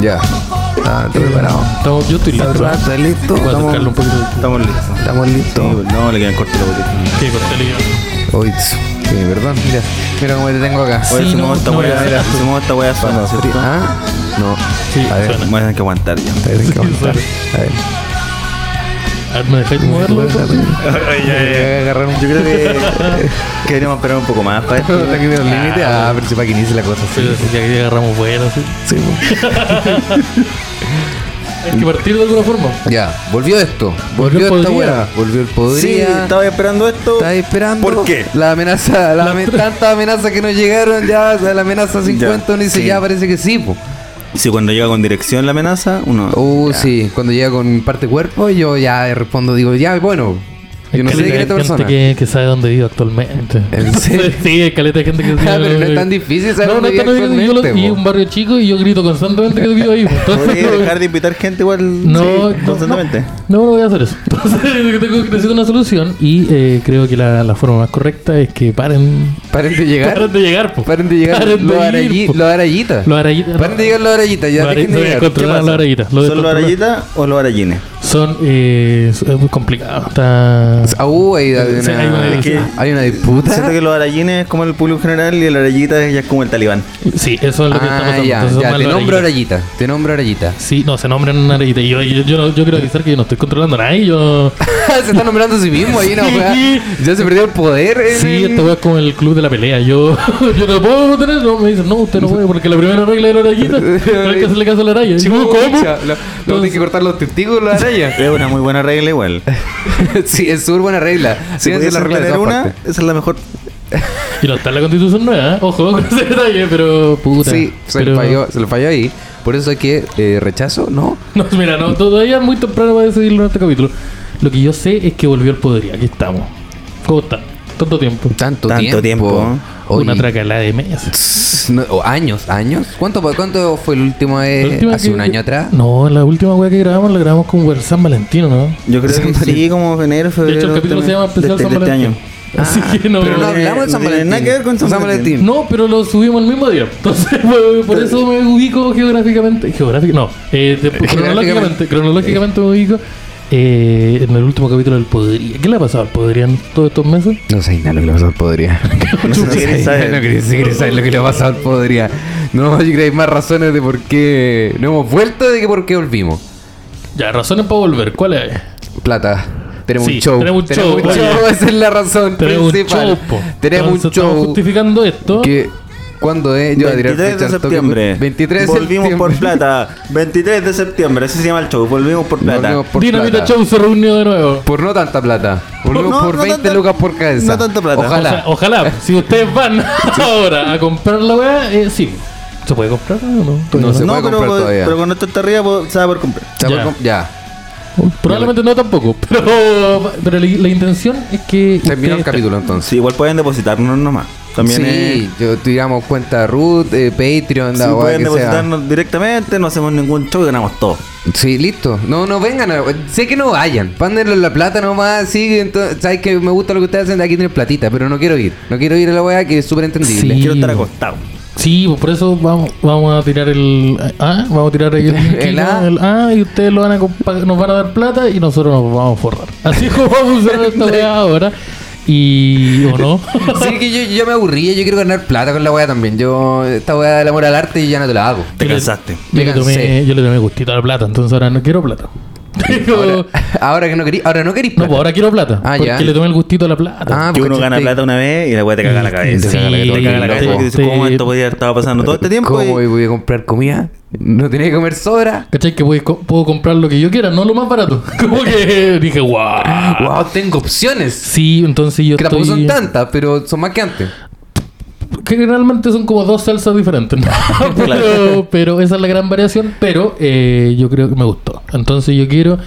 Ya. Ah, estoy preparado. Estamos- yo estoy listo. Voy ¿Estás listo? a Estamos, acercarlo un poquito. Estamos listos. estamos listos. Sí, no, le quedan cortos los botitos. Que cortale yo. Uy, tss, Sí, perdón. mira, mira cómo te tengo acá. Oye, Sí, sumamos no, esta no, weá, ya, mira, sumamos esta weá suena, ¿cierto? ¿Ah? No. Sí, a ver, suena. Vamos a tener que aguantar ya. te tengo que aguantar. A ver. A ver, ¿me dejáis moverlo? Voy a agarrar un Yo creo que, que deberíamos esperar un poco más para esto. Hasta que vea el límite. Ah, pero si para que inicie la cosa. Sí, Pero si ya Pues, que agarramos bueno, sí. sí, pues. Hay que partir de alguna forma. Ya, volvió esto. Volvió Volvió, el esta podría. weá. Volvió el Sí, podría. estaba esperando esto. Estaba esperando. ¿Por qué? La amenaza, la ame- tantas amenazas que nos llegaron ya, o sea, la amenaza 50, uno dice sí. ya parece que sí, po. Si cuando llega con dirección la amenaza, uno. Oh. Uh, sí, cuando llega con parte cuerpo, yo ya respondo, digo, ya, bueno, yo no sé de Caleta quién es esta de gente persona. que, que sabe dónde vive actualmente. ¿En serio? sí, hay caleta de gente que Ah, pero no es tan difícil saber No, no dónde es tan vive difícil. Yo lo- actualmente, y es po. un barrio chico y yo grito constantemente que vivo ahí. po. Entonces, Podría dejar de invitar gente igual. No, sí, no, constantemente. No, no voy a hacer eso. Entonces, tengo que necesito una solución y eh, creo que la, la forma más correcta es que paren. Paren de llegar. Paren de llegar, po. Paren de llegar Paren de los ir, arayi- po. los arayitas. Los arayitas. Paren de llegar los arayitas, ya Los dejen arayitas, de voy a llegar. controlar ¿Qué pasa? los arayitas, lo de ¿Son los controlar. arayitas o los arallines? Son. Eh, es muy complicado. Está. Ah, uh, hay, hay Sí, hay una, una- Es que- hay una Siento disputa. que los arallines es como el público en general y el arallita ya es como el talibán. Sí, eso es lo que está Ah, pasando. ya, Entonces, son ya, más te los nombro arayitas. arayita, te nombro arayita. Sí, no, se nombran una arayita. Y Yo, yo, yo, no- yo quiero avisar que yo no estoy controlando a nadie. Yo. se está nombrando a sí mismo ahí, no, Sí. weá. Ya se perdió el poder. eh. en Sí, el- esto es como el club de la pelea. Yo, yo no puedo tener. No, me dicen, no, usted no puede, porque la primera regla de la arayita es que hacerle caso a la araya. Y yo, Chucha, ¿Cómo? Lo, lo tiene que cortar los testículos la araña. Es una muy buena regla igual. sí, es súper buena regla. Sí, Si esa es la pudiesen regla de tener todas una, partes. esa es la mejor. Y no está en la constitución nueva, ¿eh? ojo con ese detalle, pero puta. Sí, se, pero, le falló, se le falló ahí. Por eso es que eh, rechazo, ¿no? No, mira, no, todavía es muy temprano para decidirlo en este capítulo. Lo que yo sé es que volvió el poder, aquí estamos. ¿Cómo está? Tanto tiempo. Tanto, Tanto tiempo. Oye, Una tracalada de meses. tss, no, o años, años. ¿Cuánto, ¿Cuánto fue el último? eh, La última hace que- un año atrás. No, la última weá que grabamos la grabamos con Weón San Valentino, ¿no? Yo creo que sí, como enero, De febrero. hecho, el capítulo se llama este- Especial San de este Valentín. año. Así que no. Eh, Pero no tiene- hablamos de San no tiene Valentín. nada que ver con San Valentín. No, pero lo subimos el mismo día. Entonces, pues, por eso me ubico geográficamente. Geográficamente, no. Eh, de- cronológicamente, cronológicamente me ubico eh, en el último capítulo del Podría. ¿Qué le ha pasado al Podría en todos estos meses? No sé nada lo que le pasó al Podría. No sé si querés saber. No quería si queréis saber lo que le pasó al Podría. No, yo creo que hay más razones de por qué no hemos vuelto de que por qué volvimos. Ya, razones para volver. ¿Cuál es? plata. Tenemos Sí, un show. tenemos un show, oye. Esa es la razón Tenemos un principal. show, po. Tenemos Entonces, un Estamos show. justificando esto. Que, ¿Cuándo es? Yo voy a tirar 23 de fecha al toque. septiembre. 23 de Volvimos por septiembre. plata. 23 de septiembre. Así se llama el show. Volvimos por plata. Volvimos por Dinamita plata. Show se reunió de nuevo. Por no tanta plata. Volvimos No, por no 20 tanta- lucas por cabeza. no tanta plata. Ojalá. O sea, ojalá. si ustedes van ahora a comprar la weá, eh, sí. ¿Se puede comprar o no? Todavía No se no, puede pero, comprar todavía. pero con esto está arriba, po- se va por comprar. Está por ya. com- ya. Probablemente no tampoco. Pero, pero la, la intención es que. Terminó el ustedes- capítulo entonces. Sí, igual pueden depositarnos nomás. También sí, es- yo tiramos cuenta Ruth, eh, Patreon, sí, la weá pueden que sea. depositarnos directamente, no hacemos ningún show y ganamos todo. Sí, listo. No, no vengan. a- Sé que no vayan. Pándenle la plata nomás. Sí, entonces, sabes que me gusta lo que ustedes hacen. Aquí tienen platita, pero no quiero ir. No quiero ir a la weá que es súper entendible. Sí. Quiero estar acostado. Sí, pues por eso vamos, vamos a tirar el. Ah, vamos a tirar ahí el. El A. el A, y ustedes lo van a compa- nos van a dar plata y nosotros nos vamos a forrar. Así es como vamos a usar esta weá ahora. Y. ¿O no? Sí, que yo, yo me aburría. Yo quiero ganar plata con la weá también. Yo, esta weá del amor al arte, yo ya no te la hago. Te Yo le- cansaste. Yo Me le, tomé, cansé. yo le tomé gustito a la plata, entonces ahora no quiero plata. Digo, Ahora, ahora que no querís, ahora no querís no, pues plata. ahora quiero plata. Ah, porque ya. le tomé el gustito a la plata. Ah, Que uno porque gana te- plata una vez y la weá te caga la cabeza. Sí, te caga la te cabeza. caga la Loco, cabeza. dices, ¿Cómo esto podía haber estado pasando todo este tiempo? ¿Cómo Y- voy a comprar comida? ¿No tenía que comer sobra? ¿Cachai? Que voy co- puedo comprar lo que yo quiera, no lo más barato. Como que dije, guau. ¡Wow! Tengo opciones. Sí, entonces yo Que estoy... tampoco son tantas, pero son más que antes. Que realmente son como dos salsas diferentes. ¿no? pero, pero esa es la gran variación. Pero eh, yo creo que me gustó. Entonces yo quiero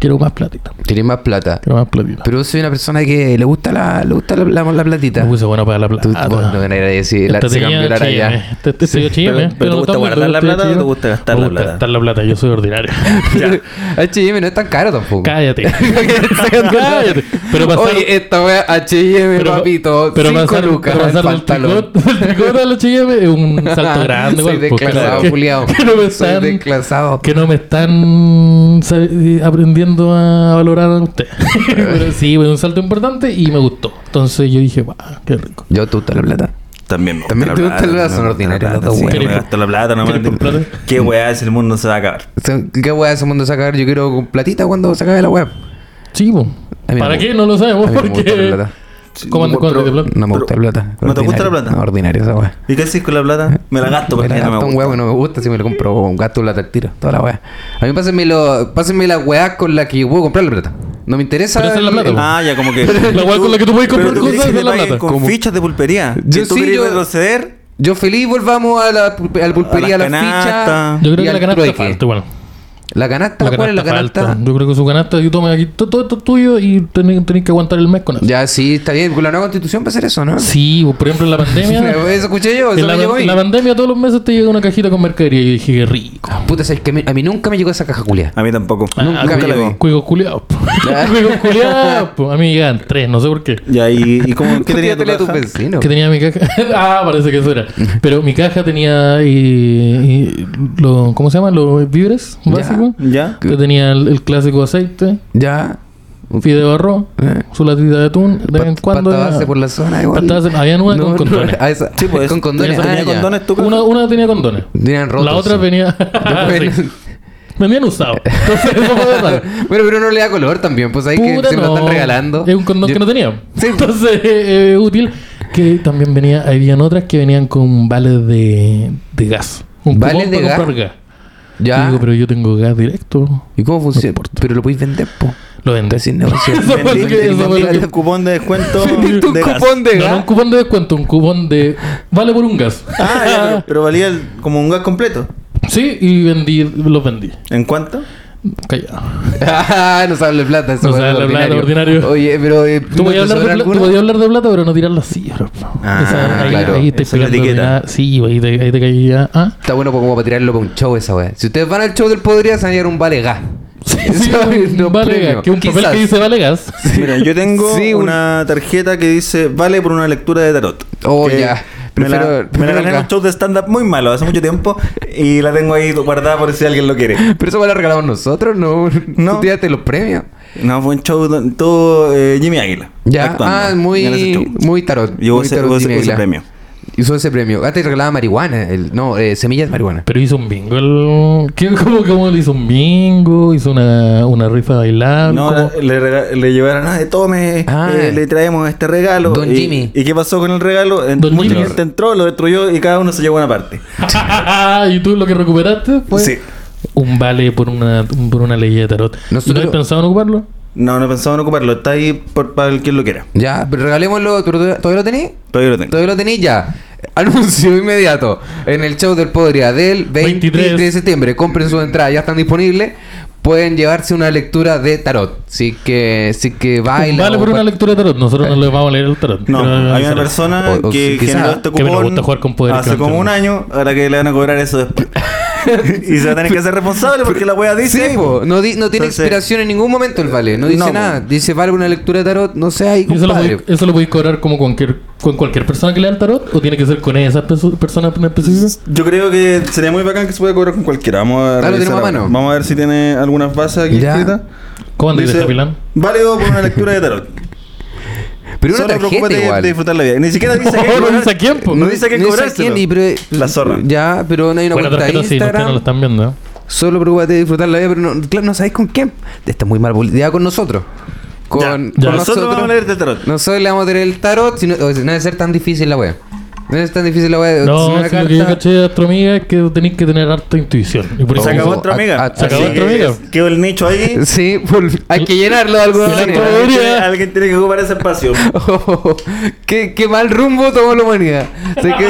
Quiero más platita. Tiene más plata. Quiero más platita. Pero soy una persona que le gusta la, le gusta la, la- la platita. Me puse bueno para la plata. Tú, vos Ah, no venís a decir, la, Esta se tenía cambió la HM, raya. este- este soy HM, pero- pero ¿te gusta tampoco- guardar la pero plata o HM. te gusta gastar Me la gusta plata? gastar la plata, yo soy ordinario. H&M no es tan caro tampoco. Cállate. Cállate. Pero pasar, Oye, esta wea H&M, pero, papito, pero 5 pasar, lucas pero al pasar del pantalón. tricot, del tricot a los HM es un salto grande. Soy igual, pues, desclasado, que- Juliado. Que no me Soy están, desclasado. que no me están sabe, aprendiendo a valorar a usted. pero sí, fue un salto importante y me gustó. Entonces yo dije, guau, qué rico. Yo te gusta la plata. También me gusta También la te gusta plata, la- son me gusta ordinarios la los plata, dos, sí, güey. me gasta la plata, no ¿Quieres mames. comprar? Qué weá, si el mundo se va a acabar. O sea, ¿Qué wea de ese mundo sacar? Yo quiero con platita cuando se acabe la web. Sí, po. A mí me ¿Para gusta. qué? No lo sabemos A mí no me gusta la porque... plata. ¿Cómo andas Pero- con el plan? No me Pero- gusta la plata. ¿No te gusta la Ordinario. plata? No, ordinario esa wea. ¿Y qué haces con la plata? Me la gasto Me porque la no me gasto un gusta. huevo y no me gusta. Si me lo compro un gato, la tiro. Toda la wea. A mí pásenme, lo, pásenme la wea con la que yo puedo comprar la plata. No me interesa. Pero esa es la el- plata, el- po. Ah, ya, como que. La weá con la que tú puedes Pero comprar querés cosas que es te la paguen plata. Con fichas de pulpería. Yo Si tú sí, querés yo- retroceder, Yo feliz volvamos a la, pulpe- al pulpería, a A la, las ficha. canastas. Yo creo y que al la canasta trueque. falta, bueno. ¿La canasta? La ¿Cuál es la canasta canasta? falta. Yo creo que su canasta, yo tomo aquí to- todo esto es tuyo y tenéis tenéis que aguantar el mes con eso. Ya, sí, está bien. Con la nueva constitución va a ser eso, ¿no? Sí, por ejemplo, en la pandemia. Eso escuché yo, en eso la, me llegó en ahí. la pandemia todos los meses te llega una cajita con mercadería y yo dije, qué rico. Puta, ¿sabes que a mí, a mí nunca me llegó esa caja culia. a mí tampoco. Ah, Nunca Nunca me la llegó. vi. Cuigos culiados. po. Cuigos culiados. po. A mí me llegaban tres, no sé por qué. Ya, ¿y, y cómo, qué tenía tu Tírate a caja? vecino. Que tenía mi caja. ah, parece que eso era. Pero mi caja tenía. eh, y lo- ¿Cómo se llaman? Los víveres Ya. básicos. ¿Ya? Que tenía el, el clásico aceite, Ya. fideo arroz, Eh. su latita de atún, de vez en Pat- cuando. patada ya. hace por la zona igual. Patada hace- había una con condones. ah, esa- Sí, pues, con condones. esa tenía ah, ya. condones. ¿Tú, Una, una tenía condones. Tenían rotos, la otra sí. venía. sí. Vendían usado. Entonces, eso fue raro. Bueno, pero no le da color también, pues ahí que Puta, siempre lo no. están regalando. Es un condón Yo- que no tenía. Sí. Entonces, es útil. Que también venía, habían otras que venían con vales de, de gas. Un ¿Vales cupón de para gas? comprar gas. Yo Ya. digo, pero yo tengo gas directo. ¿Y cómo funciona? pero lo podéis vender, po. Lo vendo. Decís negocio. Eso fue lo que- eso fue lo Vendí que- un cupón de descuento. Vendiste un de gas. cupón de No, no gas. un cupón de descuento, un cupón de. Vale por un gas. Ah, ya, pero, pero valía el- como un gas completo. Sí, y vendí, los vendí. ¿En cuánto? Callado. Ah, no sabe de plata, eso No fue sabe lo de plata, ordinario. Oye, pero eh, Tú ¿no te podías hablar, sobra de pla- tú alguna? podías hablar de plata, pero no tirar las sillas. Ah, ahí, claro. ahí te Esa es la pegando etiqueta. mirada. Sí, ahí te, ahí te caía. Ah. Está bueno como para tirarlo para un show esa weá. Si ustedes van al show del Podría, se van a llevar un vale gas. Sí, un vale gas, que un papel que dice vale gas. Mira, yo tengo Sí, un- una tarjeta que dice vale por una lectura de tarot. Oh, Que ya. Me la, Prefiero- me la prefiero gané en acá. un show de stand-up muy malo hace mucho tiempo y la tengo ahí guardada por si alguien lo quiere. Pero eso me lo regalamos nosotros, no. No. Tú tírate los premios. No, fue un show donde estuvo eh, Jimmy Águila. Ya, actuando ah, en ese show. muy, muy tarot. Y hubo muy ese- tarot hubo ese- Jimmy hubo ese Aguilar. premio. Hizo ese premio. Ah, te regalaba marihuana. el- no, eh, semillas de marihuana. Pero hizo un bingo. El... ¿Qué, cómo, ¿Cómo le hizo un bingo? ¿Hizo una, una rifa bailable? No, ¿Cómo? le, rega- le llevaron, ah, tome, Ah. eh, le traemos este regalo. Don y, Jimmy. ¿Y qué pasó con el regalo? En- Don Mucha Jimmy. gente entró, lo destruyó y cada uno se llevó una parte. ¿Y tú lo que recuperaste fue Sí. un vale por una, un- por una ley de tarot? Nosotros- ¿No has pensado en ocuparlo? No, no pensaba en ocuparlo. Está ahí por, para el quien lo quiera. Ya, pero regalémoslo. ¿Tú- tú- ¿Todavía lo tenés? Todavía lo tengo. Todavía lo tenés ya. Anuncio inmediato. En el show del Podría del 23, 23 de septiembre. Compren sus entradas, ya están disponibles. Pueden llevarse una lectura de tarot. Así que, así que Un baila. vale o por una pa- lectura de tarot. Nosotros no le vamos a leer el tarot. No, Pero- hay una persona O- o que quizá- generó este que me cupón gusta jugar con poder hace económico. como un año, ahora que le van a cobrar eso después. y se va a tener que hacer responsable porque la wea Sí, dice... po. no, di- no tiene Entonces- expiración en ningún momento el vale. No dice No, nada. po. Dice vale una lectura de tarot. No sé ahí, ¿Y Eso lo, podéis, compadre. eso lo podéis cobrar como cualquier, con cualquier persona que lea el tarot o tiene que ser con esa perso- persona en específico. Yo creo que sería muy bacán que se pueda cobrar con cualquiera. Vamos a, lo revisar tenemos a ahora. mano. Vamos a ver si tiene algunas bases aquí Ya. escritas. ¿Cómo andas Dice, de Japilán? Válido por una lectura de tarot. Pero una Solo tarjeta preocúpate de- igual. de disfrutar la vida. Y Ni siquiera dice que No, no dice a quién, po. No dice que no cobrarse. quién, y pero- La zorra. Ya, pero no hay una Buena cuenta de tarjeta, sí, ustedes no Instagram. lo están viendo. ¿eh? Solo preocúpate de disfrutar la vida, pero no, claro, no sabéis con quién. Está muy mal publicidad con nosotros. Con, Ya, con ya. Nosotros vamos a leer de tarot. Nosotros le vamos a tener el tarot, si no, o sea, no debe ser tan difícil la wea. No es tan difícil la weá. No, Es una si lo que yo carta- caché de astroamiga es que tenéis que tener harta intuición. Y por Se eso acabó a- otra a- amiga. se acabó Así otra que amiga. Quedó el nicho ahí. Sí, por- hay que llenarlo de alguna Sí, la manera. otra- Alguien- Alguien tiene que ocupar ese espacio. qué, qué mal rumbo tomó la humanidad. Se que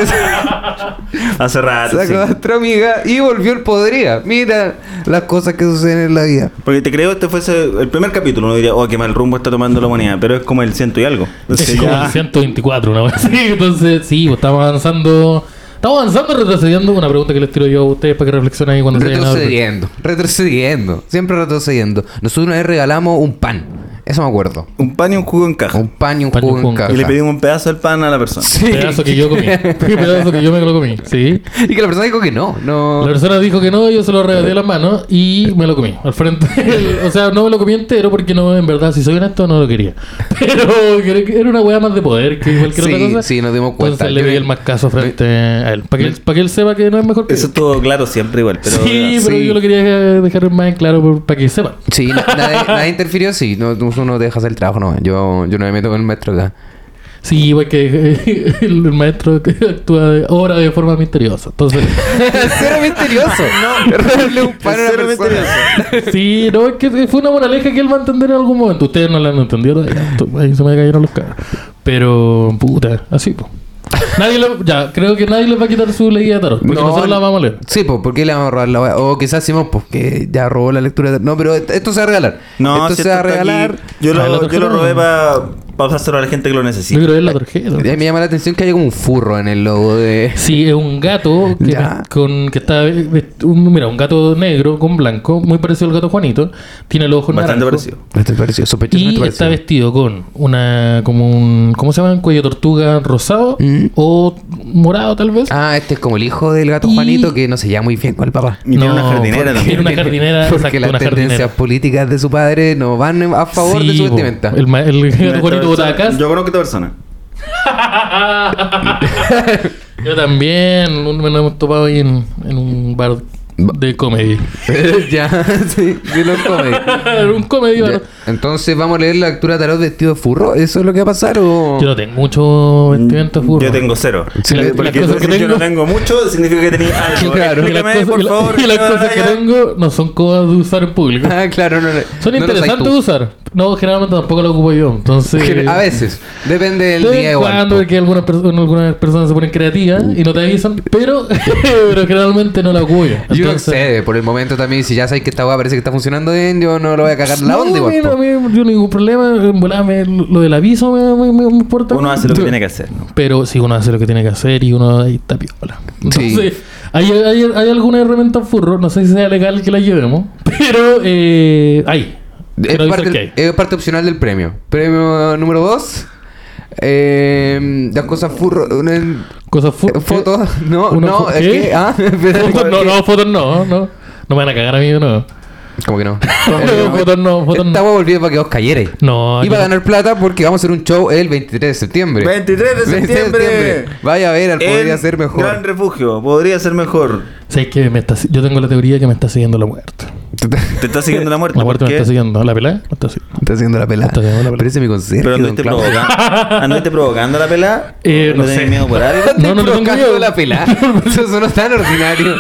Hace rato. sí. sacó a otra amiga y volvió el podría. Mira las cosas que suceden en la vida. Porque te creo este fuese el primer capítulo. Uno diría, oh, qué mal rumbo está tomando la humanidad. Pero es como el ciento y algo. Entonces, es como ya- el 124, una vez. Sí, entonces, sí, pues, estamos avanzando. Estamos avanzando, retrocediendo. Una pregunta que les tiro yo a ustedes para que reflexionen ahí cuando se hayan dado el- Retrocediendo, retrocediendo, siempre retrocediendo. Nosotros una vez regalamos un pan, eso me acuerdo. Un pan y un jugo en caja. Un pan y un Pan y un jugo en jugo. caja. Y le pedimos un pedazo del pan a la persona. Sí. Pedazo que yo comí. Pedazo que yo me lo comí. Sí. Y que la persona dijo que no, La no. persona dijo que no, yo se lo rebaté las manos y me lo comí al frente. o sea, no me lo comí entero porque no, en verdad, si soy honesto, no lo quería. Pero creo que era una weá más de poder que cualquier otra Sí, cosa. sí, nos dimos cuenta. Entonces le Yo pegué me- el más caso frente a él. Para que, él- para que él sepa que no es mejor que Eso yo. todo claro siempre igual. Pero sí, pero sí. yo lo quería dejar más en claro por- para que sepa. Sí, na- nadie, nadie interfirió, sí. No, uno deja hacer el trabajo, no. Yo, yo no me meto con el maestro acá. Sí, porque eh, el maestro que actúa de, obra de forma misteriosa. Entonces, Cero misterioso. No, regalarle un pan a una Cero persona. misterioso. sí, no, es que fue una moraleja que él va a entender en algún momento. Ustedes no la han entendido todavía. Tú- Ahí se me cayeron los cabros. Pero, puta, así, pues. Nadie lo- ya, creo que nadie les va a quitar su leída de tarot. Porque No, nosotros la vamos a leer. Sí, pues, ¿por qué le vamos a robar la weá? O quizás Simón, pues, que ya robó la lectura. de- No, pero et- esto se va a regalar. No, esto si se va a esto está regalar. aquí, yo, Ah, lo lo, yo lo trajeron. robé para pasárselo a la gente que lo Yo necesita. creo que es la tarjeta. Eh, Me llama la atención que haya como un furro en el logo de. Sí, es un gato que, Ya. con, que está. vest- un- mira, un gato negro con blanco, muy parecido al gato Juanito. Tiene los ojos Bastante naranjos. parecido. Este pareció sospechosamente Y parecido. está vestido con una. como un. ¿Cómo se llama? Un cuello de tortuga rosado Mm. o morado, tal vez. Ah, este es como el hijo del gato Y- Juanito que no se lleva muy bien con el papá. Y tiene una jardinera porque- también. Tiene una jardinera, Porque exacto, las una tendencias jardinera. políticas de su padre no van en- a favor de Sí, su po. vestimenta. El, ma- el gato Esta Juanito persona- Botacas. Yo conozco a esta persona. Yo también. un- me lo hemos topado ahí en, en un bar de comedy. ya, sí, sí lo come. En un comedy bar. Ya, Entonces, ¿vamos a leer la lectura de tarot vestido de furro? ¿Eso es lo que va a pasar o...? Yo no tengo mucho vestimenta furro. Mm, Yo tengo cero. Sí, la- las Porque tú cosas que decís, yo tengo- no tengo mucho, significa que tenía algo. Claro. Y las Explícame, cosas- por y la- favor. y las señora cosas que Araya. tengo no son cómodas de usar en público. Ah, claro, no. no- Son no lo sabes interesantes tú. de usar. No, generalmente tampoco lo ocupo yo. Entonces. A veces. Depende del De día vez en igual. cuando po. porque algunas, perso- algunas personas se ponen creativas y no te avisan, pero, pero generalmente no la ocupo yo. Y uno Entonces- accede por el momento también. Si ya sabes que esta weá parece que está funcionando bien, yo no lo voy a cagar la No, onda igual. mira, po. a mí yo no ningún problema. En volada me- lo del aviso me, me- me- me importa. Uno hace lo que tiene que hacer. Pero si uno hace lo que tiene que hacer y uno ahí está piola. Entonces, Sí. hay, hay, hay alguna herramienta furro, no sé si sea legal que la llevemos, pero eh, hay. Es Pero dice que parte, hay. es parte opcional del premio. Premio número 2. Eh, las cosas furro. una- Cosas furro. Eh, Fotos. No, Una no, fo- es ¿qué? que. Ah, espera, Fotos no, no, fotos no, no. No me van a cagar a mí de nuevo. Como que no. Eh, fotos no, fotos Ah, Esta no. hueá volvió para que os cayerais. No, Y para yo- ganar plata porque vamos a hacer un show el 23 de septiembre. 23 de 23 septiembre. Vaya a ver, al podría En ser mejor. Gran refugio, podría ser mejor. Sé que me está, yo tengo la teoría que me está siguiendo la muerte. Te está siguiendo la muerte. La muerte ¿por me qué? está siguiendo. La pelea me está siguiendo. Está haciendo la pelada. Está haciendo la pelada. Pero ese es mi consejo. Pero anduviste provocando, anduviste provocando a la pelada. Eh, no ¿Le tenés sé. miedo por algo? No, No, no, no, no tengo miedo. la pelada. Eso suena tan ordinario.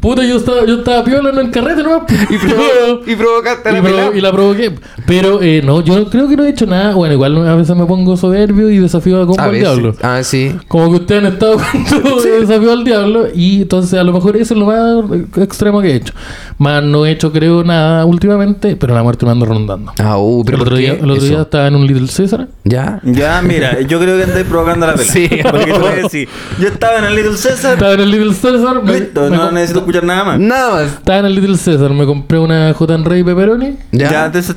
Puta, yo estaba, yo estaba piola en el carrete nomás. Y, provo- y provocaste a Y, la provo- pelada. Ah, y la provoqué. Pero eh, no, yo creo que no he hecho nada. Bueno, igual a veces me pongo soberbio y desafío a combo A al ver, diablo. sí. Ah, sí. Como que ustedes han estado cuando desafío al diablo. Y entonces a lo mejor eso es lo más extremo que he hecho. Más no he hecho, creo, nada últimamente, pero la muerte me anda rondando. Ah, uh, pero el ¿por otro, qué día, el otro eso? día estaba en un Little César. ¿Ya? Ya, mira, yo creo que andáis provocando a la pelada. Sí. Porque tú le decís, yo estaba en el Little César, Estaba en el Little César. me- listo, me no comp- necesito escuchar nada más. Nada más. Estaba en el Little César. Me compré una J. Rey Pepperoni. ¿Ya? ¿Ya? de ese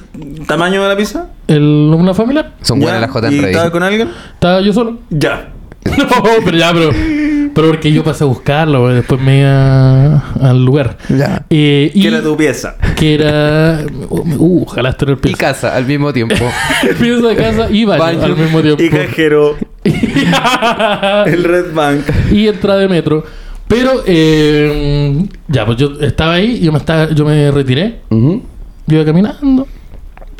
tamaño de la pizza? El, una familiar. Son ¿Ya? buenas las J. ¿Y Rey. estaba con alguien? Estaba yo solo. Ya. No, pero ya, pero. Pero porque yo pasé a buscarlo, güey, después me iba al lugar. Ya. Eh, y ¿Qué era tu pieza? Que era. Uh, ojalá esto era el Y pieza. casa al mismo tiempo. El pieza de casa y baño, Baño. al mismo tiempo. Y cajero, el Red Bank. y entrada de metro. Pero, eh, ya, pues yo estaba ahí, yo me, estaba, yo me retiré, Ujú. yo iba caminando.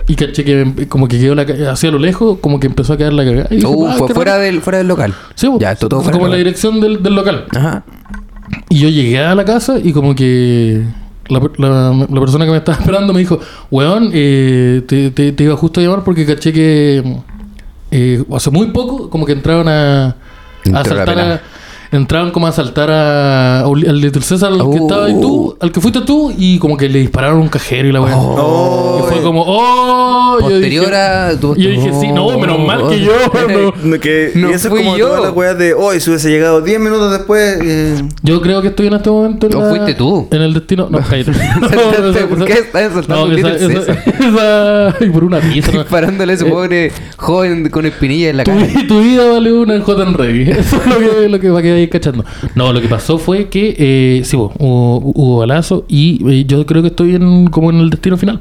Y caché que como que quedó la ca- hacia lo lejos, como que empezó a caer la cagada. Y dije, Uh, "Ah, fue qué fuera raro". del, fuera del local. Sí, pues, Ya, esto todo fuera como la del dirección del, del local. local. Ajá. Y yo llegué a la casa y como que la, la- la persona que me estaba esperando me dijo, weón, eh, te, te- te iba justo a llamar porque caché que eh, hace muy poco como que entraron a, a Entró la asaltar pelada. a... Entraron como a asaltar a, a un- al Little César, al que Oh. estaba ahí tú, al que fuiste tú, y como que le dispararon un cajero y la weá. Oh. y fue como, ¡oh! Yo Posterior dije- a tu- yo dije, sí, no, menos mal que yo, no. No, Oh, que- No y eso es fui como yo. toda la weá de hoy, si hubiese llegado 10 minutos después. eh, Yo creo que estoy en este momento. En No la- fuiste tú. En el destino. No, cállate. No, esa- ¿Por qué estás saltando No, un esa- Little esa- César? esa- Y por una pieza. ¿no? Disparándole a ese Eh, pobre joven con espinilla en la Tu, cara. tu vida vale una en J. Rey. Eso es lo que, lo que va a quedar ahí cachando. No, lo que pasó fue que. Eh, sí, vos, hubo, hubo balazo. Y eh, yo creo que estoy en, como en el destino final.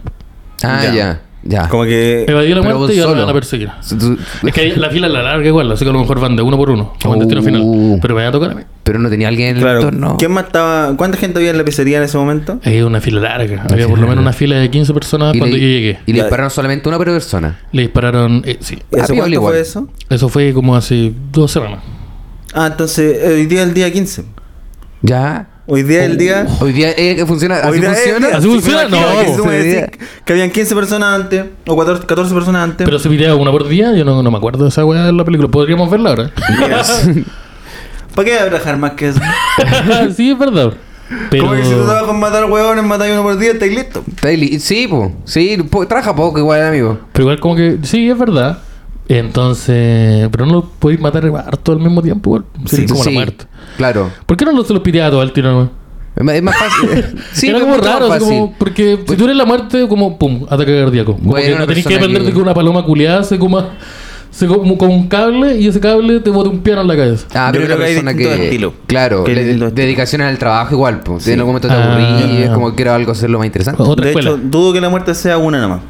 Ah, Ya. ya, ya. Como que. Evadí Pero la muerte vos y ahora solo. me van a perseguir. Su- su- Es que ahí la fila es la larga igual. Así que a lo mejor van de uno por uno. Como en destino final. Uh. Pero me van a tocar a mí. Pero no Ah, tenía alguien en el Claro. entorno. ¿Quién más estaba? ¿Cuánta gente había en la pizzería en ese momento? Había una fila larga. fila Había por lo menos larga. una fila de 15 personas Y Ah, cuando le, yo llegué. y le Ya. dispararon solamente a una persona. Le dispararon, eh, sí. ¿Y Ah, hace piola cuánto igual. fue eso? Eso fue como hace dos semanas. Ah, entonces eh, hoy día es el día 15. Ya. Hoy día es el día. Hoy día eh, que funciona. Hoy ¿Así día es el funciona? día. ¿Así Sí, me funciona? imagino No, que pues. tú me Hoy decís día- Que habían 15 personas antes, o 14, 14 personas antes. Pero se pitea una por día. Yo no, no me acuerdo de esa weá de la película. Podríamos verla ahora. Yes. ¿Para qué trabajar más que eso? sí, es verdad. Pero... Como que si tú trabajas con matar huevones, matáis uno por día, estáis listo. Está ahí li- Sí, po. Sí, po- trabaja poco igual, amigo. Pero igual como que... Sí, es verdad. Entonces... Pero no lo podéis matar harto al mismo tiempo igual. Sí, Sí, como Sí, la muerte. Claro. ¿Por qué no lo se los pitea a todo el tiro nomás? Es más- es más fácil. sí, Era es como mucho más raro, así fácil. Pues- como, porque si tú eres la muerte, como pum, ataque cardíaco. Como Bueno, que no una tenés que persona depender que- de que una paloma culiada se coma, se como con un cable y ese cable te bote un piano en la cabeza. Ah, Yo pero una creo que hay persona distintos que. estilos. Claro, Que hay le- distintos estilos. dedicación al trabajo igual, po. Si en algún momento te Ah. aburrí y es como que quiero algo hacerlo más interesante. Otra de escuela. hecho, dudo que la muerte sea una nada más.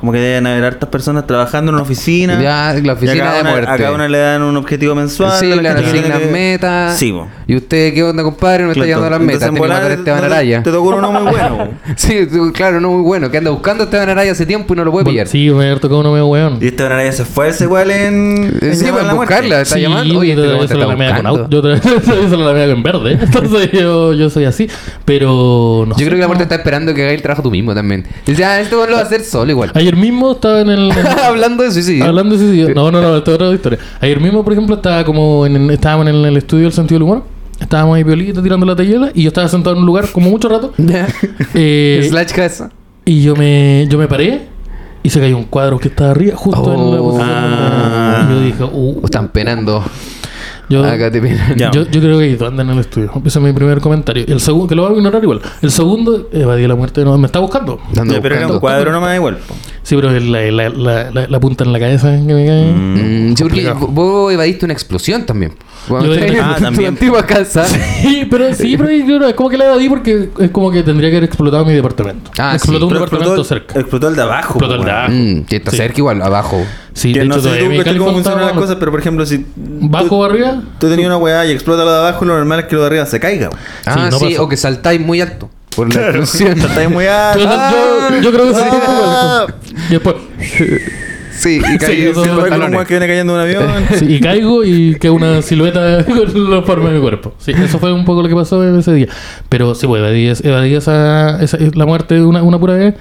Como que deben haber hartas personas trabajando en una oficina. Ya, la oficina y a cada de una- muerte. A cada una le dan un objetivo mensual. Sí, a la le gente tiene asignan que- metas. Sí, vos. ¿Y usted qué onda, compadre? No está llegando a las metas. Tiene que matar a Esteban Araya. Te tocó uno muy bueno. bo. Sí, tú- claro, no muy bueno. Que anda buscando a Esteban Araya hace tiempo y no lo puede Bueno, pillar. Sí, me tocó uno medio weón. Y Esteban Araya se esfuerza igual en. en Eh, Sí, llamar a para la muerte. buscarla, está llamando. Oye, yo este todavía weón te se la está mea con buscando. auto. Yo todavía se la mea con verde. Entonces yo, yo soy así. Pero no sé, Yo creo que la muerte no. está esperando que hagas el trabajo tú mismo también. Dice, ah, esto lo vas a hacer solo igual. Ayer mismo estaba en el. en- Hablando de suicidio. Hablando de suicidio. No, no, no, esto es otra historia. Ayer mismo, por ejemplo, estaba como en, en- estábamos en el estudio del sentido del humor. Estábamos ahí violita tirando la tallera y yo estaba sentado en un lugar como mucho rato. Eh, Slash casa. y yo me, yo me paré y se cayó un cuadro que estaba arriba, justo en la Oh. posición. Ah. Y yo dije, uh, Están penando. Ah, yo, Acá te penan. Ya. Yo, yo creo que Ito anda en el estudio. Ese es mi primer comentario. El segundo, que lo voy a ignorar igual. El segundo, evadí la muerte. No, me está buscando. Ando Ya, Pero era un buscando. cuadro nomás igual. po. Sí, pero es la, la, la, la, la punta en la cabeza que me cae. Mm, sí, porque vos evadiste una explosión también. Yo Cuando evadí- estabas Ah, en tu también. antigua casa. Sí, pero sí, pero yo no, es como que la evadí porque es como que tendría que haber explotado mi departamento. Ah, Me explotó sí. un Pero departamento explotó, cerca. Explotó el de abajo. Explotó el po, de weón. abajo. Mm, que está Ah. Sí. cerca igual, abajo. Sí, Que de no hecho, sé todavía tú mi cachai calco cómo funcionan las estaba cosas, pero por ejemplo, si. ¿Bajo o arriba? Tú tenías una weá y explota lo de abajo, lo normal es que lo de arriba se caiga. weón. Ah, no sí, pasó. o que saltáis muy alto. Por la explosión. Saltáis muy Yo, alto. yo, yo creo que sí. Ah. Y después. Sí, y Sí, caí eso Se sin va como un pantalones. weón que viene cayendo de un avión. Sí, y caigo y queda una silueta con la forma de mi cuerpo. Sí, eso fue un poco lo que pasó en ese día. Pero sí, pues evadí, es- evadí esa, esa- es la muerte de una, una pura vez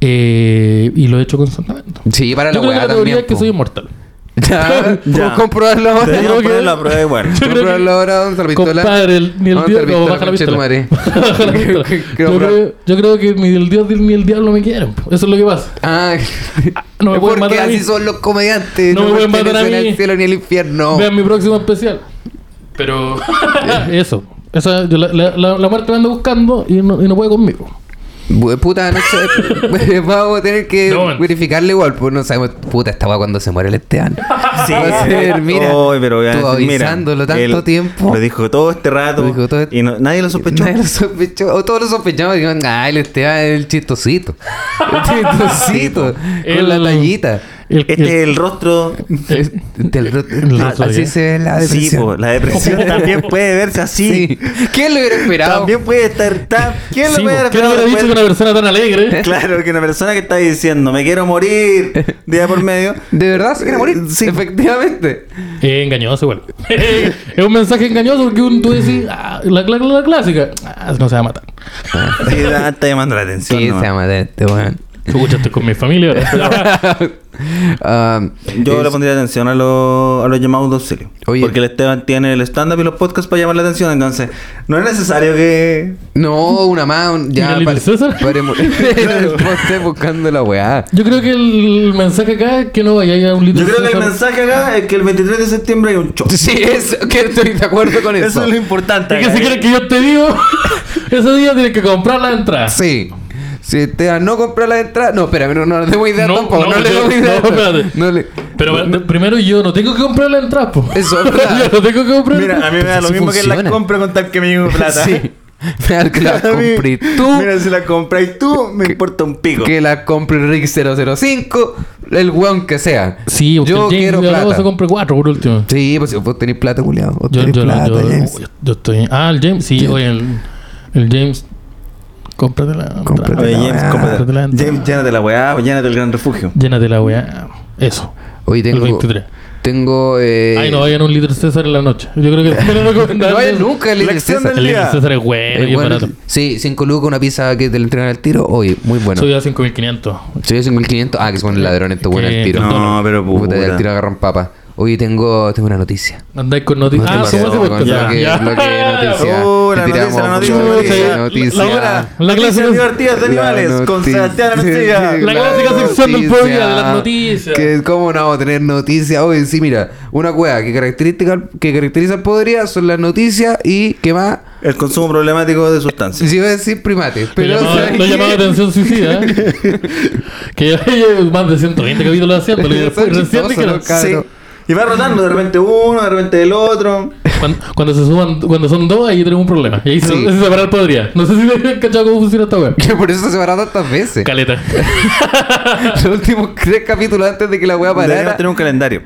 eh, y lo he hecho constantemente. Sí, para la Yo creo que weá la teoría también. es que po. soy inmortal. Ya, Ya. podemos comprobarlo ahora. Deberíamos ¿no? poner la prueba igual. Yo creo Comprobarlo que- ahora, don Salvistola. Compadre, el- ni el Don Salvistola, diablo baja la conche tu pistola. madre. Baja la pistola. Creo- yo, creo, yo creo que ni el dios ni el diablo me quieren. po. Eso es lo que pasa. Ah, no me porque pueden matar a mí. así son los comediantes. No me pueden matar a pertenecen mí. al cielo ni al infierno. Vean mi próximo especial. Pero eso. Esa, yo la, la- la- la muerte me anda buscando y no, y no puede conmigo. Bu- Puta, no sé. Vamos a tener que No, man. verificarle igual, pues no sabemos. Puta, esta weá cuando se muere el Esteban. Va a ser, mira. Ay, pero vean, estuvo mira, avisándolo tanto él tiempo. Lo dijo todo este rato. Lo dijo todo este- Y no- nadie lo sospechó. Nadie lo sospechó. O todos lo sospechamos. Dijeron, ah, el Esteban es el chistosito. El chistosito. con la El- tallita. el- Este es el rostro. Es- te- te- Lo ah, soy, así ¿eh? se ve la Sí, depresión. po, la depresión también puede verse así. Sí. ¿Quién lo hubiera esperado? También puede estar. tan- ¿Quién lo Sí, hubiera po, ¿Qué le hubiera esperado? dicho que una persona tan alegre? Claro, que una persona que está diciendo, me quiero morir, día por medio. De verdad se quiere morir. Sí. Efectivamente. Eh, engañoso igual. es un mensaje engañoso porque un- tú decís, ah, la, la- la clásica, ah, no se va a matar. Sí, da- está llamando la atención. Sí, nomás. se llama de este weón. Escucha, estoy con mi familia ahora. Ah, Yo es- le pondría atención a, los a los llamados de auxilio. Oye. Porque el Esteban tiene el stand-up y los podcasts para llamar la atención. Entonces, no es necesario que. No, una más. un- ¿Y Ya, el Little pare- César? paremos. El poste buscando la weá. Yo creo que el mensaje acá es que no vayáis a un litro Yo creo que el mensaje acá es que el 23 de septiembre hay un show. Sí, es que estoy de acuerdo con eso. Eso es lo importante. Y que acá, si ¿eh? quieres que yo te digo, ese día tienes que comprar la entrada. Sí. Si te no comprar la entrada. No, espérame, no, no le debo idea No, tampoco. No, no, le yo- debo idea. no, espérate. No le- Pero no, eh, primero yo no tengo que comprar la entrada, po. Eso es verdad. yo no tengo que comprar Mira, a mí me da Pero lo si mismo que funciona. la compra con tal que me llegue plata. Sí. Mira, que la A mí- compré tú. Mira, si la compráis tú, me importa un pico. Que la compre Rick 005. El weón que sea. Sí, porque yo el James quiero Villalobos plata. se compra cuatro por último. Sí, pues vos tenés plata, culiado. Vos Yo, tenés yo, plata, yo, James. yo- yo estoy. Ah, el James, sí, oye, el, el James. Cómprate la entrada. Cómprate Oye, James, Ah, cómprate- la entrada. James, llénate la weá, llénate el gran refugio. Llénate la weá. Eso. Hoy El tengo. 23. Tengo. Eh, Ay, no vayan a un Little César en la noche. Yo creo que me lo recomendaron. No hay nunca el Little Lección César. El Little César es bueno Eh, y es bueno, barato. sí, 5 lucas, una pizza que te la entregan al tiro. Oye, muy bueno. Soy a 5500. Soy de 5500. Ah, que se ponen ladrones estos buenos al Eh, Que- tiro. No, pero Puta, puta. al tiro agarran papa. Hoy tengo, tengo una noticia. Andáis con noticias. No Ah, te ¿cómo pasó, se con puede Ya. lo que, Ya. lo que noticia. Oh, Te la noticia, tiramos la noticia, mucho, noticia. la La- la- la Noticias clase- divertidas de La animales con noticia. Sebastián Arcilla. La clásica sección del programa de las noticias. Que cómo no vamos a tener noticias. Oye, sí, mira, una cueva que característica que caracteriza al podría son las noticias y qué más. El consumo problemático de sustancias. Si iba a decir primates, Lo pero llamaba, ¿sabes lo qué? llamaba atención suicida. ¿eh? que ya llevo más de 120 capítulos haciéndolo. Y Son después recién chistosos, dijeron. loca. Claro. Sí. Y va rotando de repente uno, de repente el otro. Cuando, cuando se suman, cuando son dos, ahí tenemos un problema. Y ahí se, Sí. se separar podría. No sé si me han cachado cómo funciona esta weá. Que por eso se paró tantas veces. Caleta. Los últimos tres capítulos antes de que la weá Deberíamos parara. tener un calendario.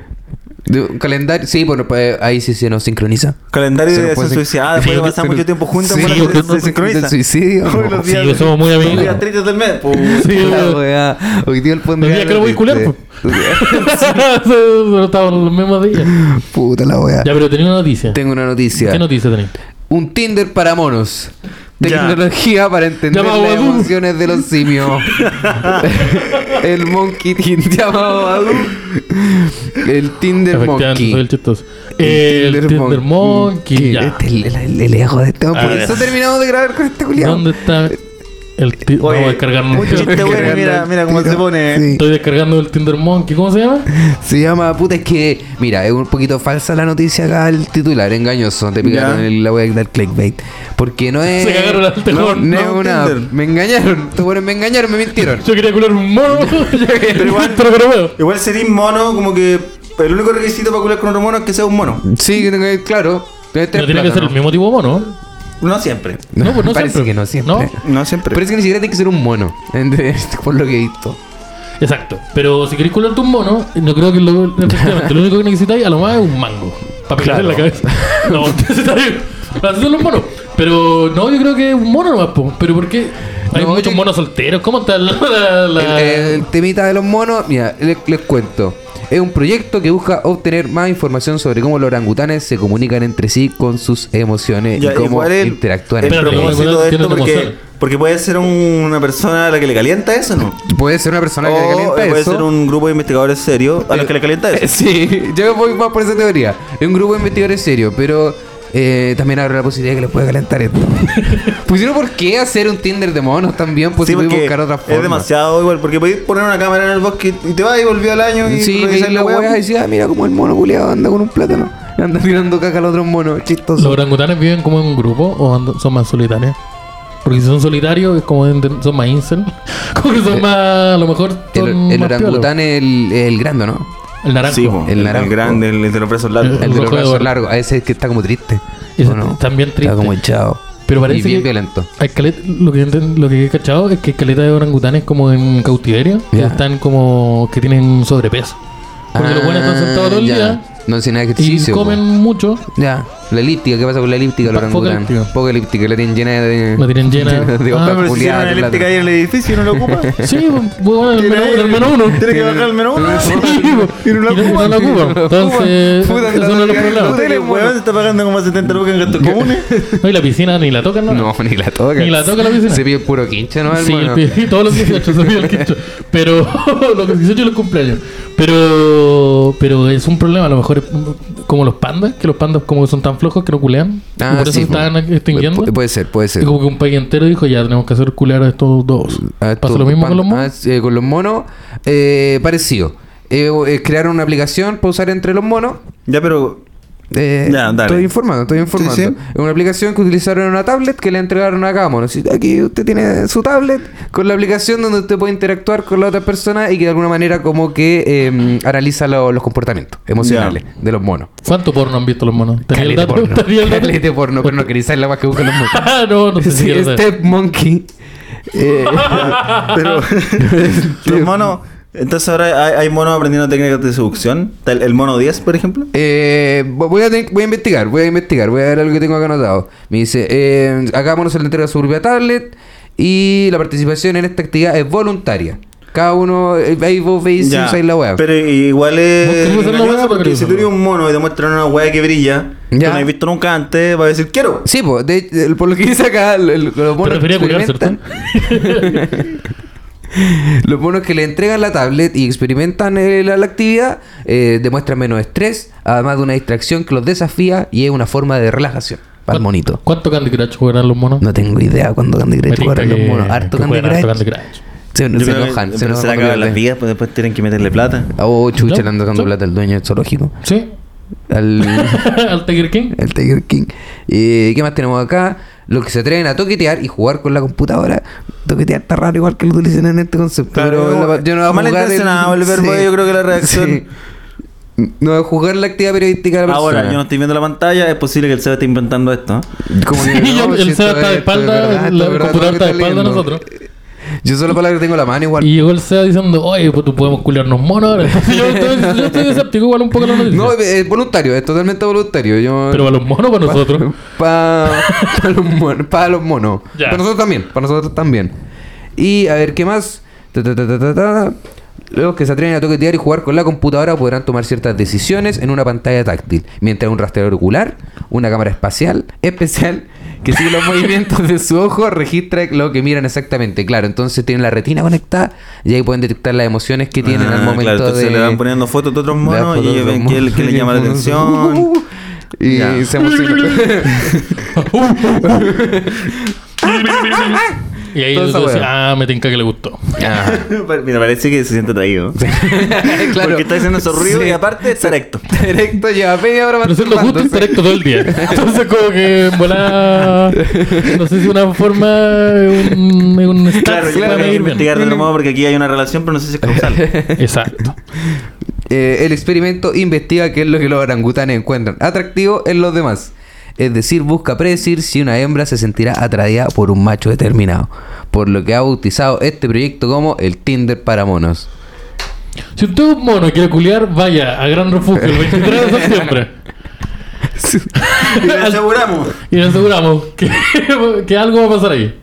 De un calendario. Sí, bueno, pues, ahí sí se nos sincroniza. Calendario Se de nos puede acción sin- suicida. Ah, después de pasar Se nos- mucho tiempo juntos, Sí, bueno, se- porque se, no- sincroniza. del suicidio. Oh, Uy, los Sí, días- pues somos muy amigos. Los días tristes del mes. Puh. Sí, La weón. weá. Hoy día el fondo. Hoy día que lo voy a culiar, Solo estaban los mismos días. Puta la weá. Ya, pero tenía una noticia. Tengo una noticia. ¿Qué noticia tenéis? Un Tinder para monos. Ya. Tecnología para entender Llamado las Badoo. emociones de los simios. el Monkey Tinder llamado Badoo. El Tinder Efectivamente, Monkey. soy el chistoso. El Tinder Monkey. ya. Este es el, el- el ego de este hombre. A Por ver. eso terminamos de grabar con este culiado. ¿Dónde está el Tinder? Oye, Vamos a descargarnos. un chiste bueno, mira, mira cómo se pone. Sí. Estoy descargando el Tinder Monkey. ¿Cómo se llama? Se llama puta, es que, mira, es un poquito falsa la noticia acá, el titular, engañoso. Te picaron Ya. el, la web del clickbait. Porque no es. Se cagaron al tejón. No, No, es una. Tinder. Me engañaron, estos buenos me engañaron, me mintieron. Yo quería cular un mono. pero igual- pero bueno. Igual sería mono, como que el único requisito para culiar con otro mono es que sea un mono. Sí, que tengo- claro. Debe No tener tiene que ser plátano. el mismo tipo de mono. No siempre. No, pues no Parece siempre. que no siempre. No. No siempre. Parece que ni siquiera tiene que ser un mono, por lo que he visto. Exacto. Pero si queréis cularte un mono, no creo que lo, efectivamente, lo único que necesitáis a lo más es un mango. Para pegarle en la cabeza. No, necesitáis. Así son los monos. Pero no, yo creo que es un mono nomás, po. Pero ¿por qué? Hay No, muchos yo- monos solteros. ¿Cómo está la. la, El, la- eh, el temita de los monos, mira, les, les cuento. Es un proyecto que busca obtener más información sobre cómo los orangutanes se comunican entre sí con sus emociones Ya, y cómo igual el- interactúan. El Pero entre no, ellos. propósito de esto tiene porque, emociones. porque puede ser un- una persona a la que le calienta eso, ¿no? Puede ser una persona que le O calienta Oh, puede eso. Eh, ser un grupo de investigadores serios a los que le calienta eso. Sí, yo voy más por esa teoría. Es un grupo de investigadores serio, pero eh, también abre la posibilidad que les puede calentar esto. pues si no, ¿por qué hacer un Tinder de monos también? Pues Sí, si podéis porque buscar otra forma. es demasiado igual, porque podéis poner una cámara en el bosque y te vas y volví al año y Sí, revisar veis la wea. wea y decía, ah, mira como el mono culiado anda con un plátano. Anda tirando caca al otro mono, ¿Los chistoso. orangutanes viven como en un grupo o andan- son más solitarios? Porque si son solitarios, es como en- son más incel. Como que son más. A lo mejor. son Eh, El, el más orangután es el, el grande, ¿no? piola. El naranjo. Sí, po, El el, el naranjo. grande, el de los brazos largos. El El de los rojo de brazos Eduardo. largos. A ese es que está como triste. Ese ¿o no? está bien Está triste. como hinchado. Pero Y parece bien que violento. hay caleta- lo, que, enten- lo que he cachado es que hay caleta de orangutanes como en cautiverio, que Ya. están como que tienen sobrepeso. Porque los buenos están sentados todo el Ah, ya. día No hacen y ejercicio. po. comen mucho. Ya. La elíptica, ¿qué pasa con la elíptica? El Poca orangután. elíptica. Poca elíptica, la tienen llena de. La tienen llena. de Ah, hojas pero si culiadas, de plátano. ahí en el edificio y no lo ocupa. Sí, pues, bueno, el Tiene menú, ahí el menú uno. Tiene que bajar el menú uno. Sí, Y no lo y ocupa. no la ocupan. Entonces, Puta, que es la uno tienen de los El problemas. ahí. hotel, el weón, se está pagando como 70 lucas en gastos comunes. No, y la piscina ni la tocan, ¿no? No, ni la toca. Ni la toca la piscina. Se pide puro quinche, ¿no? Sí, hermano? el pi- todos los 18 se pide el quincho. Pero los 18 y los cumpleaños. Pero pero es un problema. A lo mejor es como los pandas, que los pandas como son tan flojos que no culean. y Ah, por eso sí, po. están extinguiendo. Pu- puede ser, puede ser. Uh, y como que un país entero dijo, ya tenemos que hacer culear a estos dos. A ¿Pasa estos lo mismo con pan- los monos? ah, sí, eh, con los monos, eh, parecido. Eh, o- eh, crearon una aplicación para usar entre los monos. Ya, pero. Eh, Ya, dale. Estoy informando, estoy informando. Sí, sí. Es una aplicación que utilizaron en una tablet que le entregaron a cada mono. Así, Aquí usted tiene su tablet con la aplicación donde usted puede interactuar con las otras personas y que de alguna manera como que eh, analiza lo- los comportamientos emocionales de los monos. ¿Cuánto porno han visto los monos? ¿Tenía el Calete dato? porno. ¿Tenía el dato? Calete porno, pero no queréis saber la más que buscan los monos. Ah, no, no sé si Sí, este quiero saber. Step Monkey. Eh, Pero. Los monos. Entonces ahora hay, hay monos aprendiendo técnicas de seducción. Está El, el mono 10, por ejemplo. Eh, vo- voy, a ten- voy a investigar, voy a investigar, voy a ver algo que tengo acá anotado. Me dice, eh, acá mono se le entrega su propia tablet y la participación en esta actividad es voluntaria. Cada uno, eh, ahí vos veis si Ya, usáis la web. Pero igual es. Vos querés hacer la engañoso weá, porque pero- si tú eres un mono y te muestran una weá que brilla, que Ya. no has visto nunca antes, va a decir quiero. Sí, po, de- de- por lo que dice acá, el- el- los Te monos refería a curar, ¿cierto? experimentan- Los monos que le entregan la tablet y experimentan eh, la, la actividad eh, demuestran menos estrés, además de una distracción que los desafía y es una forma de relajación. Más bonito. ¿Cuánto Candy Crush jugarán los monos? No tengo idea cuándo Candy Me Crush tinca jugarán los que- monos. Harto que Candy juegan harto Crush. Crush. Se, Yo se creo que- enojan, se enojan. pero se le cuando acaban les las den. vidas, pues después tienen que meterle plata. Oh, chucha, ¿No? le ando dando ¿Sí? plata al dueño del zoológico. ¿Sí? Al, ¿Al Tiger King? al Tiger King. Eh, ¿Qué más tenemos acá? Los que se atreven a toquetear y jugar con la computadora. Toquetear está raro igual que lo utilicen en este concepto. pero la- yo no voy a jugar Malintencionado el verbo, yo creo que la reacción- sí. No voy a jugar la actividad periodística de la persona. Ahora, yo no estoy viendo la pantalla, es posible que el Seba esté inventando esto. ¿eh? Como que Sí, yo- no, el si esto Seba está de es- esto es espalda, verdad, esto la es verdad, computadora lo que está de espalda leyendo. a nosotros. Yo solo para la que tengo la mano igual. Y llegó el SEA diciendo, oye, pues tú podemos culiarnos monos ahora. Entonces, yo, estoy, yo estoy escéptico igual un poco con la noticia. No, es, es voluntario, es totalmente voluntario. Yo, Pero para los monos, para nosotros. Para los, mon- pa los monos. Ya. Para nosotros también. Para nosotros también. Y a ver, ¿qué más? Ta, ta, ta, ta, ta, ta. Los que se atreven a toquetear y jugar con la computadora podrán tomar ciertas decisiones en una pantalla táctil, mientras un rastreador ocular, una cámara espacial especial que sigue los movimientos de su ojo, registra lo que miran exactamente. Claro, entonces tienen la retina conectada y ahí pueden detectar las emociones que tienen Ah, al momento claro, entonces de le van poniendo fotos de otros monos y ellos ven que, el- que le llama la atención. y Ya. se emociona. y ahí Toda tú esa dices, wea. ah, me tinca que le gustó. Ah, Mira, parece que se siente atraído. claro. Porque está haciendo esos ruidos Sí. y aparte está recto. Directo lleva media hora Pero se lo gusta masturbándose. indirecto todo el día. Entonces, como que en volá. No sé si una forma. Un, un stats Claro, claro, para yo claro, que medir bien. investigar de otro modo porque aquí hay una relación, pero no sé si es causal. Exacto. Eh, el experimento investiga qué es lo que los orangutanes encuentran atractivo en los demás. Es decir, busca predecir si una hembra se sentirá atraída por un macho determinado. Por lo que ha bautizado este proyecto como el Tinder para monos. Si usted es un mono y quiere culiar, vaya a Gran Refugio el 23 de septiembre. y lo aseguramos. Y nos aseguramos que, que algo va a pasar ahí.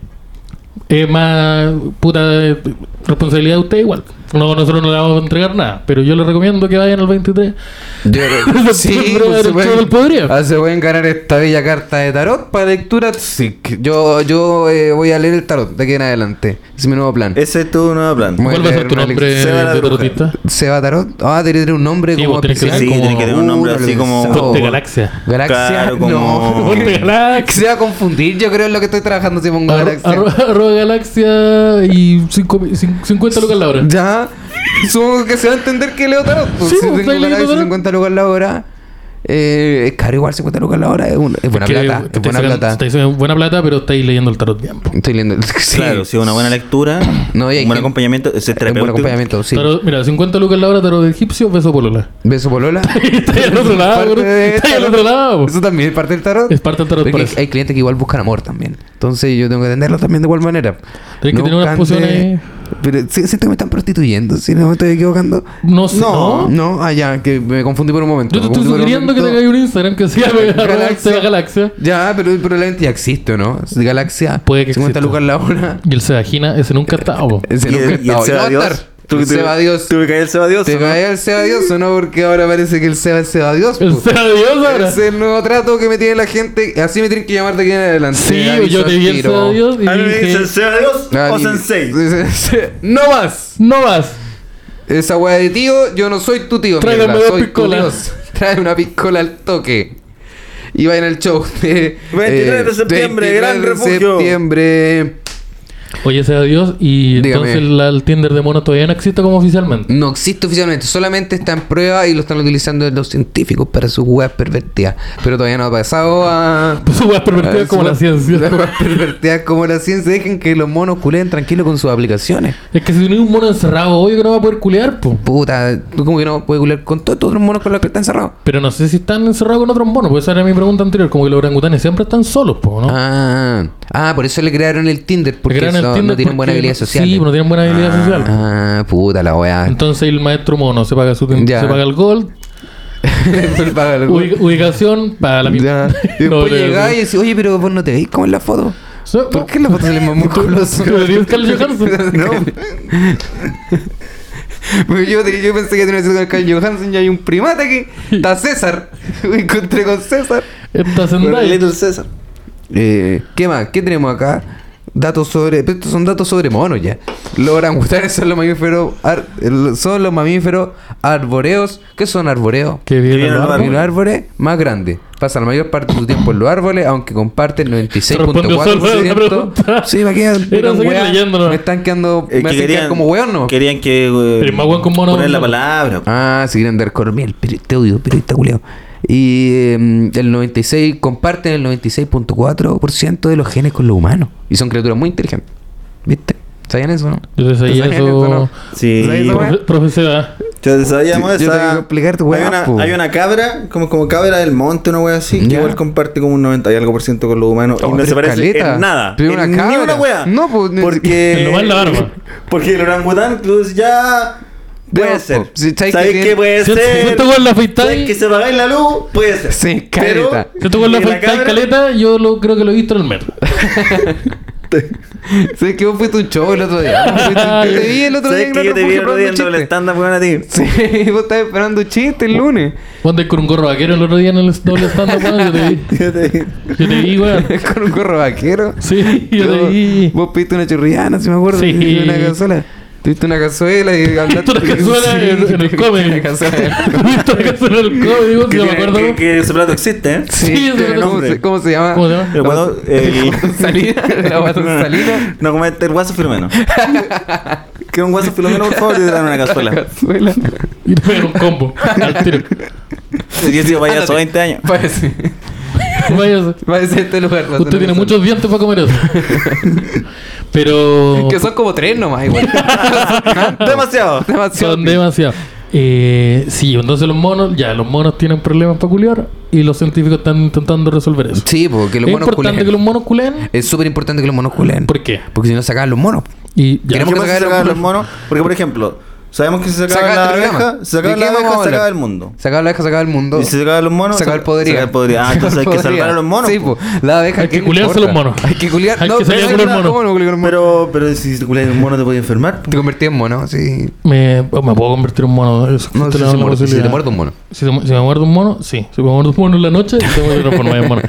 Es más puta eh, responsabilidad de usted igual. No, nosotros no le vamos a entregar nada, pero yo les recomiendo que vayan al 23. Yo creo- Septiembre pues, del se show del podrido. pueden, ah, se pueden ganar esta bella carta de tarot para lectura. Sí, que yo yo eh, voy a leer el tarot de aquí en adelante. Es mi nuevo plan. Ese es tu nuevo plan. Muy- Voy a ¿Cuál va a ser leer tu una nombre lección. Se va la de bruja. tarotista? Seba Tarot. Ah, tiene que tener un nombre Sí, como vos tenés que especial. tener Sí, como- tiene que tener un nombre así como- Sao. Ponte Galaxia. Galaxia. Claro, como- No. Ponte que se va a confundir, yo creo, en lo que estoy trabajando si pongo Arro- Galaxia. arro- Arroba Galaxia y cinco mi- cin- 50 lucas la hora. Ya. Supongo que se va a entender que leo tarot. Pues, Sí, si vos tengo estás leyendo Galaxia tarot. 50 lucas la hora. Eh, es caro igual, 50 lucas la hora. Es, un- es buena Que plata. te Es buena sacan- plata. te sacan buena plata, pero estáis leyendo el tarot tiempo. Estoy leyendo. sí. Claro, sí, una buena lectura, No, y hay un buen que- acompañamiento, es Es un terapéutico. buen acompañamiento, sí. Tarot- mira, 50 lucas la hora, tarot egipcio, beso polola. Beso polola. Estáis al otro lado, Parte bro. de- Estáis al otro lado. Eso también es parte del tarot. Es parte del tarot, Porque por eso. Hay clientes que igual buscan amor también. Entonces yo tengo que atenderlos también de igual manera. Tienes que tener unas buscan de- posiciones- Pero si- siento que me están prostituyendo, si no me estoy equivocando. No sé. No, No. no, ah, ya, que me confundí por un momento. Yo te me estoy confundí por un sugiriendo que momento. tengáis un Instagram que sea Galaxia. Galaxia. Galaxia. Ya, pero, pero la entidad existe, ¿o ¿no? Es Galaxia. Puede que 50 exista. lucas la hora. Y el Sedagina, ese nunca está. bo. Ese Y nunca el, y el estaba. Seba No va a Dios. estar. ¿Tú- El tú- Seba Dios. ¿Tú que caes el Seba Dios? ¿Te o no? cae el Seba Dios o no? Porque ahora parece que el Seba es Seba Dios. El po. Sedadios ahora. Es el nuevo trato que me tiene la gente. Así me tienen que llamar de aquí en adelante. Sí, Aviso yo te al vi el tiro. Sedadios y A mí me dicen dije, Seba Dios Ah, o di- Sensei. Eh, ¡No más! no vas. Esa weá de tío, yo no soy tu tío. Tráigame mierda, dos soy tu piscolas. Dios. Trae una piscola al toque. Y vayan al show. de, eh, 29 de septiembre, gran refugio. septiembre. Oye, Sedadios, y Dígame. entonces la- el Tinder de mono todavía no existe como oficialmente. No existe oficialmente, solamente está en prueba y lo están utilizando los científicos para sus weas pervertidas. Pero todavía no ha pasado a. Pues weas pervertidas a- como la Las ciencia. weas pervertidas Ah, como la ciencia. Dejen que los monos culen tranquilos con sus aplicaciones. Es que si tenés un mono encerrado, obvio que no va a poder culear, po. Puta, tú como que no puedes culer con todos estos otros monos con los que están encerrados. Pero no sé si están encerrados con otros monos, porque esa era mi pregunta anterior. Como que los orangutanes siempre están solos, po, ¿no? Ah, ah, por eso le crearon el Tinder, porque Porque eran el no, Tinder no tienen porque buena habilidad no- social. Sí, pues, no tienen buena habilidad social. Ah, puta la weá. Entonces el maestro mono se paga su Ya. se paga el gold, Paga el- ubi- ubicación para la Ya. misma. Y después No, no, llegás y decís, oye, pero vos no te veis como en la foto. So- ¿Por qué en la foto sale más musculoso? tú eres Scarlett Johansson. no. Pero yo, te- yo pensé que tenía que ser con Carl Johansson y hay un primate que está César. Me encontré con César. Esta Con el Zendaya. Little César. Eh, ¿Qué más? ¿Qué tenemos acá? Datos sobre. pero Estos son datos sobre monos ya. Los orangutanes son los mamíferos. ar- el- son los mamíferos arboreos. ¿Qué son arboreos? Que viene viene el el barco. barco. Y los árboles más grandes. Pasan la mayor parte de su tiempo en los árboles, aunque comparten Respondió solo a la 96.4%. pregunta. Sí, va a quedar. pero seguir weá, leyendo, ¿no? Me están quedando. Eh, me hacen quedar como weón, ¿no? Querían que. eh, Pero más weón con mono. Poner la palabra. Ah, si quieren andar con miel, pero te odio, pero está culiao. Y eh, el 96, comparten el 96.4% de los genes con los humanos. Y son criaturas muy inteligentes. ¿Viste? ¿Sabían eso, no? Yo les sabía ¿Sabían eso. no? Sí. ¿Sabían esa weá? Profe- Profesora. Ya sabíamos Yo esa. tengo que explicar tu hay, weá, una, po. hay una cabra, como, como cabra del monte, una wea así, que Ya. igual comparte como un 90 y algo por ciento con los humanos. Oh, y no pero se parece caleta. en nada. Pero en una Ni cabra. una wea. No, pues, ni- Porque. En lo más la Eh, barba. Porque el orangután, pues ya. Puede Veamos, ser. po. Si sabes que ¿Sabes tiene- qué puede Si ser? si esto con la ¿Sabes afeitáis. que se apagáis la luz? Puede ser. Sí, Pero- caleta. Si esto con la y la afeitáis cabra- caleta, yo lo, creo que lo he visto en el metro. ¿Sabes que vos fuiste a un show el otro día? Vos fuiste- Yo te vi el otro día ¿Sabes en que Gran yo te Refugio vi el otro día en probando doble chiste. stand-up, weón, a ti? Sí, vos estabas esperando un chiste el lunes. Cuando andáis con un gorro vaquero el otro día en el doble stand-up, weón, yo te vi. Yo te vi. Yo te vi, weón. Con un gorro vaquero. Sí, yo te Yo- vi. Vos pediste una chorrillana, si me acuerdo. Sí. y Una cazuela. Tuviste una cazuela y hablaste. Una cazuela en- en el comedy. Una cazuela. Visto que son el COVID, digo, si Que no me tiene- acuerdo. que- que ese plato existe, ¿eh? Sí, eso tiene es ¿cómo, nombre. se, ¿Cómo se llama? ¿Cómo se llama? Pero cuando, el- Salina. La guasansalina. No comete el guaso filomeno. que un guaso filomeno, por favor, y te dan una cazuela. Cazuela. Y te pegan un combo. Al tiro. Si yo he sido payaso 20 años. Parece. Váyase. Parece este lugar. la Usted tiene televisión. muchos dientes para comer eso. Pero. Que son como tres nomás, igual. Demasiado. Demasiado. Son demasiado. Eh, sí, entonces los monos, ya, los monos tienen problemas para culiar y los científicos están intentando resolver eso. Sí, porque los es monos importante culen. que los monos culen. Es súper importante que los monos culen. ¿Por qué? Porque si no sacaban los monos. Y ya. Queremos ¿Qué que pasa si sacar se acaban el- los monos? Porque, por ejemplo, sabemos que si se acaba Saca la este programa. abeja, si se acaba ¿De qué la vamos a abeja, se hablar? acaba el mundo. Sacaba la abeja, sacaba el mundo. Y si se acaban los monos, Sacaba el poderío. Sacaba el poderío. Ah, entonces hay que salvar a los monos. Sí, po. pues. La abeja. Hay que ¿qué le culiarse a los importa? monos. Hay que culiar. Hay que salir pero a culiar hay que- monos. ¿cómo no culiar monos? Pero, pero si te culias el mono, te puedes enfermar. po. Te convertí en mono, sí. Me, oh, me puedo convertir en un mono. Eso No, si, existe Este la- se la muerde- si posibilidad. te muerde un mono. Si, se mu- si me muerde un mono, sí. Si me muerde un mono en la noche, te voy a transformar en mono.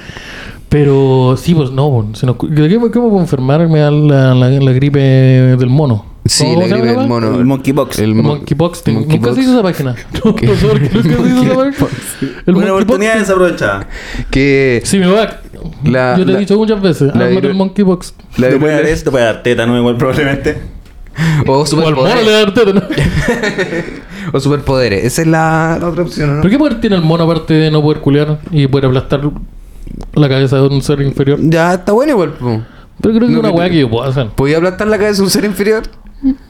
Pero sí, pues no. pues, Si nos, cu- ¿De qué me puedo enfermarme a la, la, la gripe del mono? Sí, ¿Cómo la se gripe del llama? mono. El monkeypox. El El mon- monkeypox. tengo- Nunca monkeypox. se hizo esa página. No, ¿Qué? no sé por qué nunca se hizo esa Monkeypox. página. El Una monkeypox. oportunidad desaprovechada. Que Sí, mi back. La- Yo te la- he dicho muchas veces. la Ármate viru- el monkeypox. Te puede dar eso, te puede dar tétano igual probablemente. O O al mono le superpoderes. da artero, ¿no? O superpoderes. Esa es la, la otra opción, ¿Pero ¿no? qué poder tiene el mono aparte de no poder culiar y poder aplastar la cabeza de un ser inferior? Ya está bueno igual. po. Pero creo que No, es una que- weá que yo puedo hacer. ¿Podía aplastar la cabeza de un ser inferior?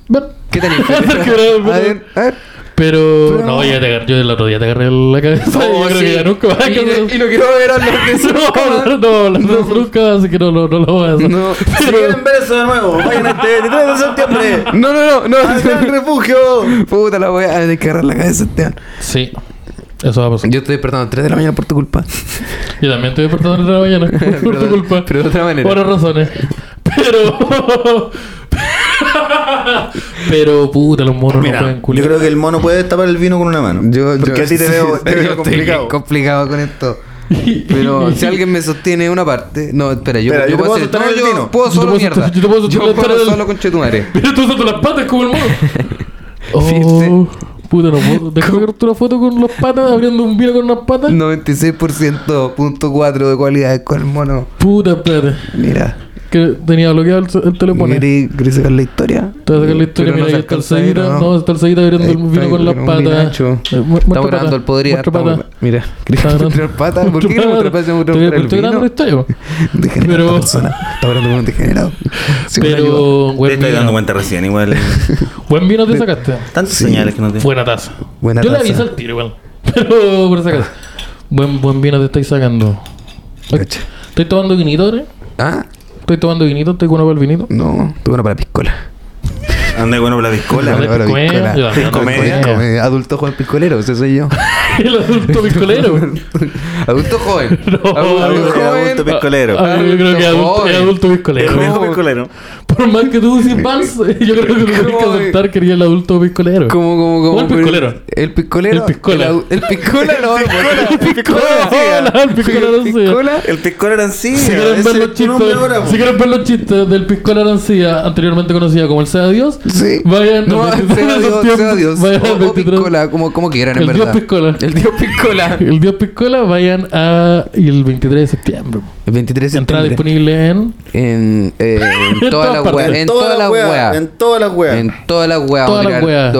Bueno. ¿Qué tal Porque inferior? era- a ver, a ver. Pero, Pero- Oh, no, ya te agarré, yo el otro día te agarré la cabeza y yo creo que ya nunca vas a y, y hacer- lo quiero ver a los de No, no, Surcama. no, no, no, nunca, así que no, no, no lo voy a hacer. No. Si Pero- quieren ver eso de nuevo, vayan a 23 de septiembre. No, no, no, ¡Hacia el Ah, no. refugio! Puta la voy a descargar la cabeza, Esteban. Sí, eso va a pasar. Yo estoy despertando a 3 de la mañana por tu culpa. Yo también estoy despertando en la mañana, por tu Pero- culpa. pero de otra manera. Por otras razones. Pero. pero, puta, los monos no pueden Yo culiar. creo que el mono puede destapar el vino con una mano. Porque así te sí, veo, te yo veo estoy complicado. bien complicado con esto. Pero si alguien me sostiene una parte. No, espera, yo, Espera, yo yo te puedo puedo hacer. No, sostener el yo vino. puedo Yo te solo puedo mierda. sostener- yo te puedo Yo sostener puedo el- solo con chetumare. Mira, tú usando las patas como el mono. Oh, Viste. puta, no puedo. Déjame ver una foto con las patas, abriendo un vino con las patas. 96.4 de cualidades con el mono. Puta, espérate. Mira. Que tenía bloqueado el, el teléfono. Te ¿Queréis queréis sacar la historia? voy a sacar la historia, Pero mira, ahí se está alcanza el a ir, Seguida. ¿o No, está el Seguida abriendo el Ahí vino está, con las con un patas. vinacho. Eh, mu- muestra Estamos pata, grabando el poder y muestra estamos- pata. Mira, ¿queréis Está grabando- mostrar patas? ¿Por qué no mostrar patas? Estoy- ¿Mostrar el Estoy grabando la vino? historia, po. Degenerado Pero- esta persona. Está hablando con un degenerado. Sí, me ayuda. Pero, Te buen estoy dando vino. cuenta recién, igual. Buen vino te sacaste. Tantas señales que no te. Buena taza. Buena Yo le taza. aviso al tiro igual. Pero por si acaso. Buen, buen vino te estáis sacando. Cacha. Estoy tomando vinito, ahora. ¿Ah? Estoy tomando vinito, estoy con uno para el vinito. No, tú bueno para la piscola. Anda bueno para la piscola. Hola, Bueno, para la piscola. piscola. Yo también, Comedia. Comedia. Comedia. Adulto joven piscolero, ese soy yo. El adulto picolero. Adulto joven. No, Adulto adulto joven. Adulto piscolero. Ah, yo creo que adulto, Joven. el adulto piscolero. Comiendo piscolero. Por más que tú uses Vans, yo creo que tú tienes que Joven. aceptar que eres el adulto piscolero. Como, como, como. O el piscolero. El piscolero. El piscola. El, au- el piscola, no. El piscola, el piscola, no sé. piscola. El piscolero Arancilla. Si quieren, ver los chistes, si quieren ver los chistes del Piscola Arancía, anteriormente conocida como el Sea Dios, Sí. vayan No, sea al 23 de Dios, septiembre, sea Dios. vayan al O, o 23. piscola, como, como quieran, en El Dios verdad. piscola. El Dios piscola. El Dios Piscola, vayan a el 23 de septiembre. El 23 de Entrada septiembre. disponible en. En, eh, en todas las pues. partes. weas. En todas las weas. En todas las weas. En todas las weas. Todas las weas.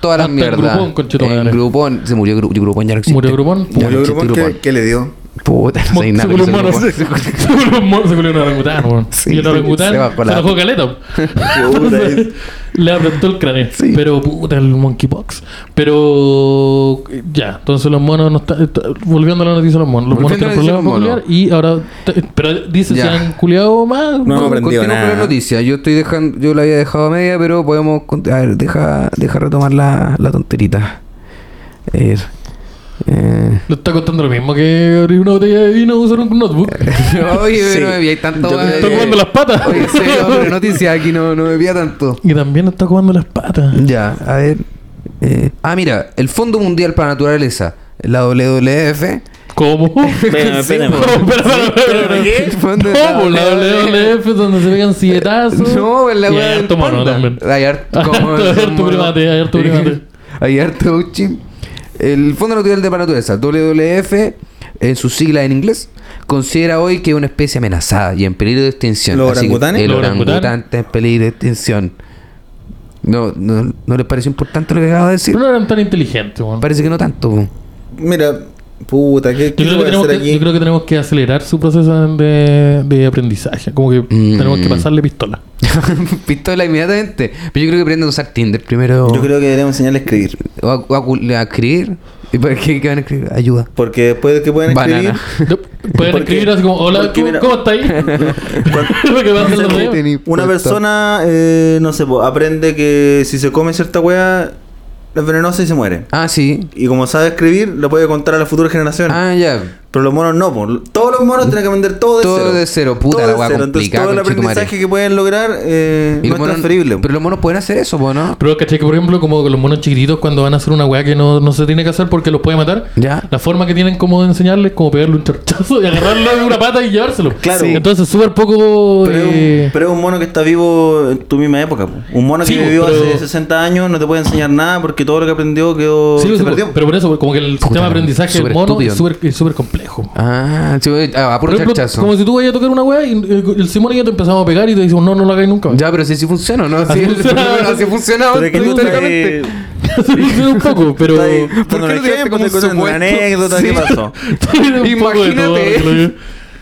Todas las Hasta en mierdas. Groupon, conchetumare. En Grupón. Se murió Gru- Grupón, ya no existe. Murió Ya Groupon. no Murió existe Groupon, ¿qué- Groupon. ¿Qué le dio? Puta, no sé nada. Se que culió un hizo mono. Groupon. Se culió un mono, se culió un orangután, weón. Sí, Y el se- orangután se se bajó la- enojó caleta. eh, Entonces, Le apretó el cráneo. Sí. Pero puta, el monkeypox. Pero ya, entonces los monos no están. está- volviendo a la noticia de los monos. Los monos Volviendo a tienen la noticia problemas de los peculiares y ahora. te- pero dice, Ya. ¿se han culiado más? No, Vamos, aprendió continúo nada. con la noticia. Yo estoy dejando, yo la había dejado a media, pero podemos cont- a ver, deja, deja retomar la, la tonterita. A ver. Eh. Le está costando lo mismo que abrir una botella de vino usar un notebook. Oye, Sí. pero no me vi tanto. Yo madre. me Está comiendo las patas. Oye, sí, no, pero noticia aquí no, no me veía tanto. Y también está comiendo las patas. Ya, a ver. eh, ah, mira, el Fondo Mundial para la Naturaleza, la WWF. ¿Cómo? Espérame, Sí, espérame. po. ¿Cómo? Pero, pero, pero, pero, ¿qué? El fondo de ¿Cómo? La WWF. WWF donde se pegan silletazos. No, en la Y weá hay del harto mono panda. también. Hay harto, Hay como- harto- hay harto como- primate, hay harto primate. Hay harto uchi. El Fondo Natural de la Naturaleza, WWF, en su sigla en inglés, considera hoy que es una especie amenazada y en peligro de extinción. ¿Los Así que orangutanes? El ¿Los orangután orangutanes? está en peligro de extinción. No, no, no les pareció importante lo que acabo de decir. Pero no eran tan inteligentes, weón. Parece que no tanto. po. Mira, puta, ¿qué, Yo qué creo, que voy a tenemos hacer que, yo aquí? creo que tenemos que acelerar su proceso de, de aprendizaje. Como que Mm. tenemos que pasarle pistola. Pistola inmediatamente. Pero yo creo que aprenden a usar Tinder primero. Yo creo que deberíamos enseñarle a escribir. O a, o a cul- a escribir. ¿Y para qué, qué van a escribir? Ayuda. Porque después de que pueden escribir. Banana. No, Pueden Porque- escribir así como, hola, porque ¿cómo, mira- cómo está ahí? Lo que va a hacer la Tení- tarea. tení Una puesto. persona, eh, no sé, po, aprende que si se come cierta wea, es venenosa y se muere. Ah, sí. Y como sabe escribir, lo puede contar a las futuras generaciones. Ah, ya. Pero los monos no, po. todos los monos tienen que aprender todo de Todo cero. de cero, puta, Todo la de wea cero. Entonces, complicada, todo el conchetumare. aprendizaje que pueden lograr eh, Y no los es monos- transferible. Pero los monos pueden hacer eso, po, ¿no? Pero caché que, por ejemplo, como con los monos chiquititos, cuando van a hacer una weá que no, no se tiene que hacer porque los puede matar, Ya. la forma que tienen como de enseñarles es como pegarle un chorchazo y agarrarlo de una pata y llevárselo. Claro. Sí. Entonces, súper poco. Pero es un- eh, pero es un mono que está vivo en tu misma época. po. Un mono Sí, que po, vivió pero- hace 60 años no te puede enseñar nada porque todo lo que aprendió quedó sí, se sí, perdió. Pero por eso, como que el sistema de aprendizaje del súper mono estúpido. es súper es súper complejo. lejos. Ah, sí, eh, ah, a Por puro ejemplo, chachazo. como si tú vayas a tocar una weá y el, el Simón y yo te empezamos a pegar y te decimos, no, no lo hagáis nunca. Ya, pero si sí funciona, ¿no? Así Sí, el- funciona. bueno, así funciona. pues, Pero es que tú históricamente. estás un poco, pero. ahí ¿Por dando un qué no dejaste ejemplo, como de cosas, de una supuesto? anécdota, Sí. ¿qué pasó? Estoy un poco de todo, Imagínate. creo yo.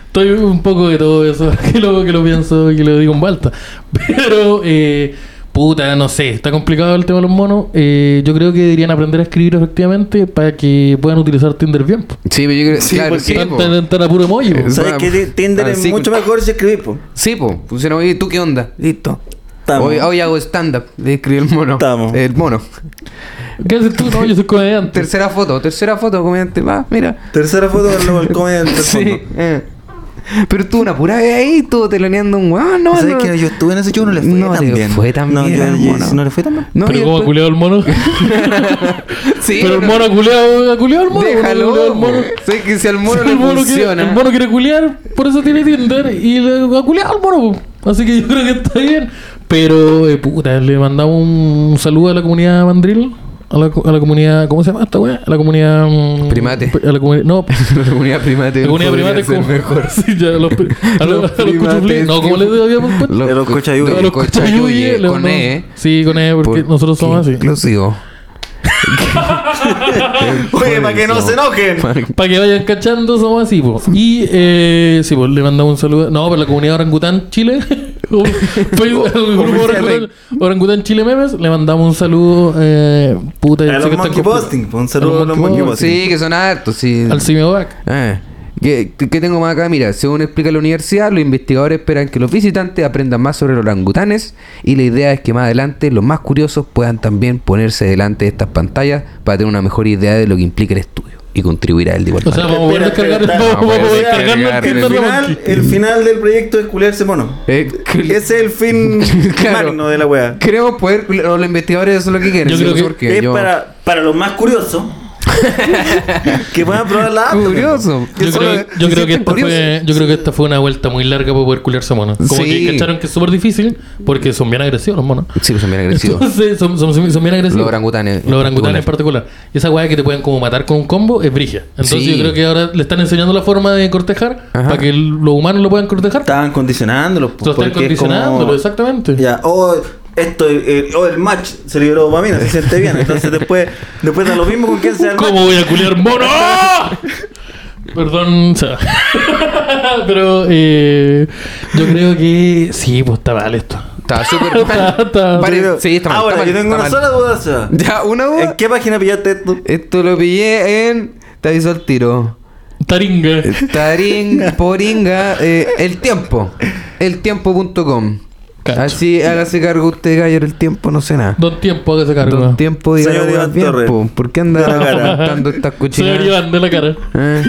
Estoy un poco de todo eso, que lo, que lo pienso y que lo digo en vuelta. Pero, eh, puta, no sé, está complicado el tema de los monos. Eh, yo creo que deberían aprender a escribir efectivamente para que puedan utilizar Tinder bien. po. Sí, pero yo creo Sí, claro, porque- sí, po. Tan, tan- tan a puro emoji. po. Es- ¿Sabes que Tinder es Así- mucho mejor si escribís, po? Sí, po. Funciona. Oye, ¿tú qué onda? Listo. Tamo. Hoy, hoy hago stand-up. Le escribí el mono. Tamo. El mono. ¿Qué haces tú? No, yo soy comediante. Tercera foto. Tercera foto, comediante. Va, mira. Tercera foto del lobo, el comediante. al fondo. Sí. eh. Pero tú una pura vez ahí, tú teloneando un weón. No, ¿Sabes no. que yo estuve en ese show no le fue No tan le bien? fue tan no, bien yo- al yo- mono. no le fue tan bien. No, y pero como ha después- culeado el mono. Sí, pero el no. mono ha culeado, ha culeado el mono. ha culeado Déjalo, el mono. po. Sé que si al mono Sí, le el, mono quiere, funciona. el mono quiere culiar, por eso tiene Tinder y le ha culiado al mono. po. Así que yo creo que está bien. Pero, eh, puta, le mandamos un saludo a la comunidad mandril. A la, co- a la comunidad, ¿cómo se llama esta weá? A la comunidad. mm, Primate. pe- A la comunidad. No, La comunidad primate. la comunidad podría primate ser como. mejor. sí, ya, a los, pri- a los, a los primates cuchuflí- No, como les habíamos puesto. Los- los cochayuyes. los A los cochayuyes, cochayuyes, le Con mandamos- E. Sí, con E, porque ¿Por nosotros somos qué así. Inclusivo. Oye, para que no se enojen. Para que vayan cachando, somos así, po. Y, eh, sí, pues, le mandamos un saludo. No, pero la comunidad Orangután Chile. Fue al grupo Orangután, Orangután Chile Memes. Le mandamos un saludo, eh, puta. A sé los que están monkey complicados. posting. po, Un saludo A a los los monkey monkey posting. posting. Sí, que son hartos, sí. Al Simeovac. Ah, ¿Qué, qué tengo más acá? Mira, según explica la universidad, los investigadores esperan que los visitantes aprendan más sobre los orangutanes y la idea es que más adelante los más curiosos puedan también ponerse delante de estas pantallas para tener una mejor idea de lo que implica el estudio y contribuir a él de igual O sea, manera. vamos a volver a Espera, descargar. espera, Vamos no, vamos a voy a descargarlo en descargar El Tinder de final, Monkey. el final del proyecto es culiarse mono. Eh, Ese es el fin Claro. magno de la wea. Queremos poder, los investigadores eso es lo que quieren. Yo sí, creo no sé que por qué, es yo- para, para los más curiosos que puedan probar la app. Curioso. Yo Eso creo, es- yo, se creo sienten que esta fue, curiosos. yo creo que esta fue una vuelta muy larga para poder culiarse monos. Como Sí. que cacharon que es súper difícil porque son bien agresivos los monos. Sí, son bien agresivos. Entonces, son, son- son- son bien agresivos. Los orangutanes en pues, Los orangutanes en particular. Y esa weá que te pueden como matar con un combo es brigia. Entonces Sí. yo creo que ahora le están enseñando la forma de cortejar Ajá. para que el- los humanos lo puedan cortejar. Estaban condicionándolo. po, Lo están porque es como- condicionándolo, exactamente. Ya, o esto, el, o el match se liberó dopamina, se siente bien. Entonces después, después da lo mismo con quien sea el match. ¿Cómo voy a culiar mono? Perdón, o sea, pero eh, yo creo que sí, pues está mal esto. Está súper mal. Está- Pare- Sí, está mal. Ahora, está mal, yo tengo está mal. una sola duda. Seba. Ya, una duda. ¿En qué página pillaste esto? Esto lo pillé en. Te aviso al tiro. Taringa. Tarín, Poringa, eh, El Tiempo. Eltiempo.com. Cacho. Así ahora se cargo usted, Gayer, el tiempo, no sé nada. Don Tiempo que se carga. Don Tiempo diga Señor la Iván weá bien, Torres. po. ¿Por qué anda De la cara. contando estas Señor cochinas? Iván de la cara. Eh,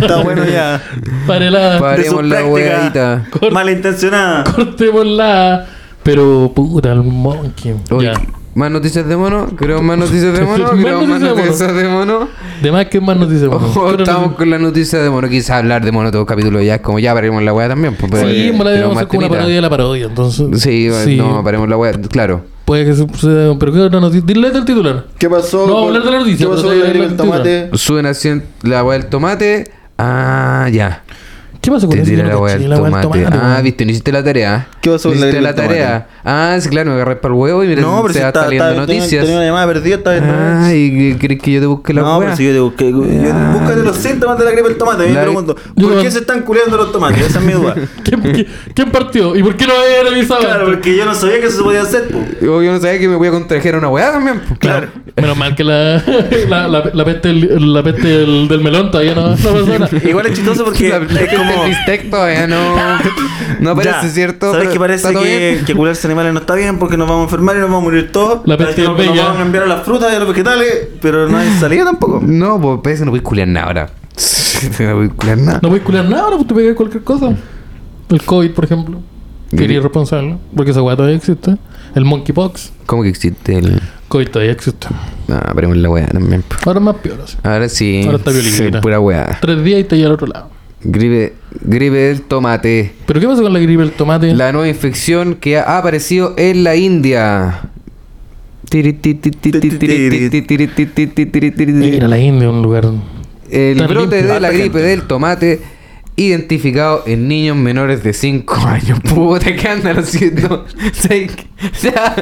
Está bueno ya. Parelada. paremos sus la prácticas. weadita. Malintencionada. Cortémosla. Pero puta, el monkey. Oye, Ya. Más noticias de mono, creo más noticias de mono, Más creo más noticias noticias de mono. De más que más nos dice Ojo, Oh, estamos con la noticia de mono. Quizás hablar de mono todo el capítulo ya es como ya paremos la weá también. po, pero- Sí, pero mola debemos más hacer como una temita. parodia de la parodia, entonces. Pues, Sí, no, paremos la weá, claro. Puede que suceda. Pero qué otra noticia. Dile el titular. ¿Qué pasó? No, con- hablar de la noticia, ¿Qué pero pasó con de la la gripe del noticia. tomate? Suben así en la weá del tomate. Ah, ya. ¿Qué pasa con Te eso? tiré Yo no la weá caché, del la weá del tomate. tomate, Ah, weón. viste, no hiciste la tarea. ¿Qué pasó No con la hiciste gripe la del tomate? tarea. Ah, sí, claro, me agarré para el huevo y mira, No, pero se si va está, saliendo está- tenía- noticias. tenía una llamada perdida, está bien. Ah, ¿y crees que yo te busque la no, weá? pero si yo te busqué. yo- búscate los síntomas de la gripe del tomate. Yo La- me pregunto, Yo- ¿por qué se están culiando los tomates? Esa es mi duda. ¿Quién- quién- ¿Quién partió? ¿Y por qué no había revisado? Claro, antes? porque yo no sabía que eso se podía hacer. po. Yo no sabía que me voy a contagiar una weá también. pues. po. Claro. Menos mal que la, la, la, la peste, del- la peste del, del melón todavía no, no pasó nada. Igual es chistoso porque La- la- es como. El bistec todavía no, no aparece, Ya, ¿cierto? ¿Sabes Pero que parece está todo bien. que, que cuidarse animales no está bien porque nos vamos a enfermar y nos vamos a morir todos? La Parece peste que es Nos bella. vamos a enviar a las frutas y a los vegetales, pero no hay salida tampoco. No, pues parece que no voy a culiar nada ahora. no voy a culiar nada. No voy a culiar nada, no pues, te pegas cualquier cosa. El COVID, por ejemplo. Que era irresponsable, porque esa weá todavía existe. El monkeypox, ¿Cómo que existe el.? COVID todavía existe. No, paremos la weá también. po. Ahora es más peor. Así. Ahora sí. Ahora está sí, violinita. pura weá. Tres días y te llega al otro lado. Gripe, gripe del tomate. ¿Pero qué pasa con la gripe del tomate? La nueva infección que ha aparecido en la India. Tiri, ti, ti, ti, ti, tiri, ti, ti, tiri, ti, ti, ti, tiri, ti, ti. Mira, la India es un lugar el Tan brote limpio. de la Harta gripe gente. del tomate identificado en niños menores de 5 años. Puta, ¿qué andan haciendo? Se- o sea,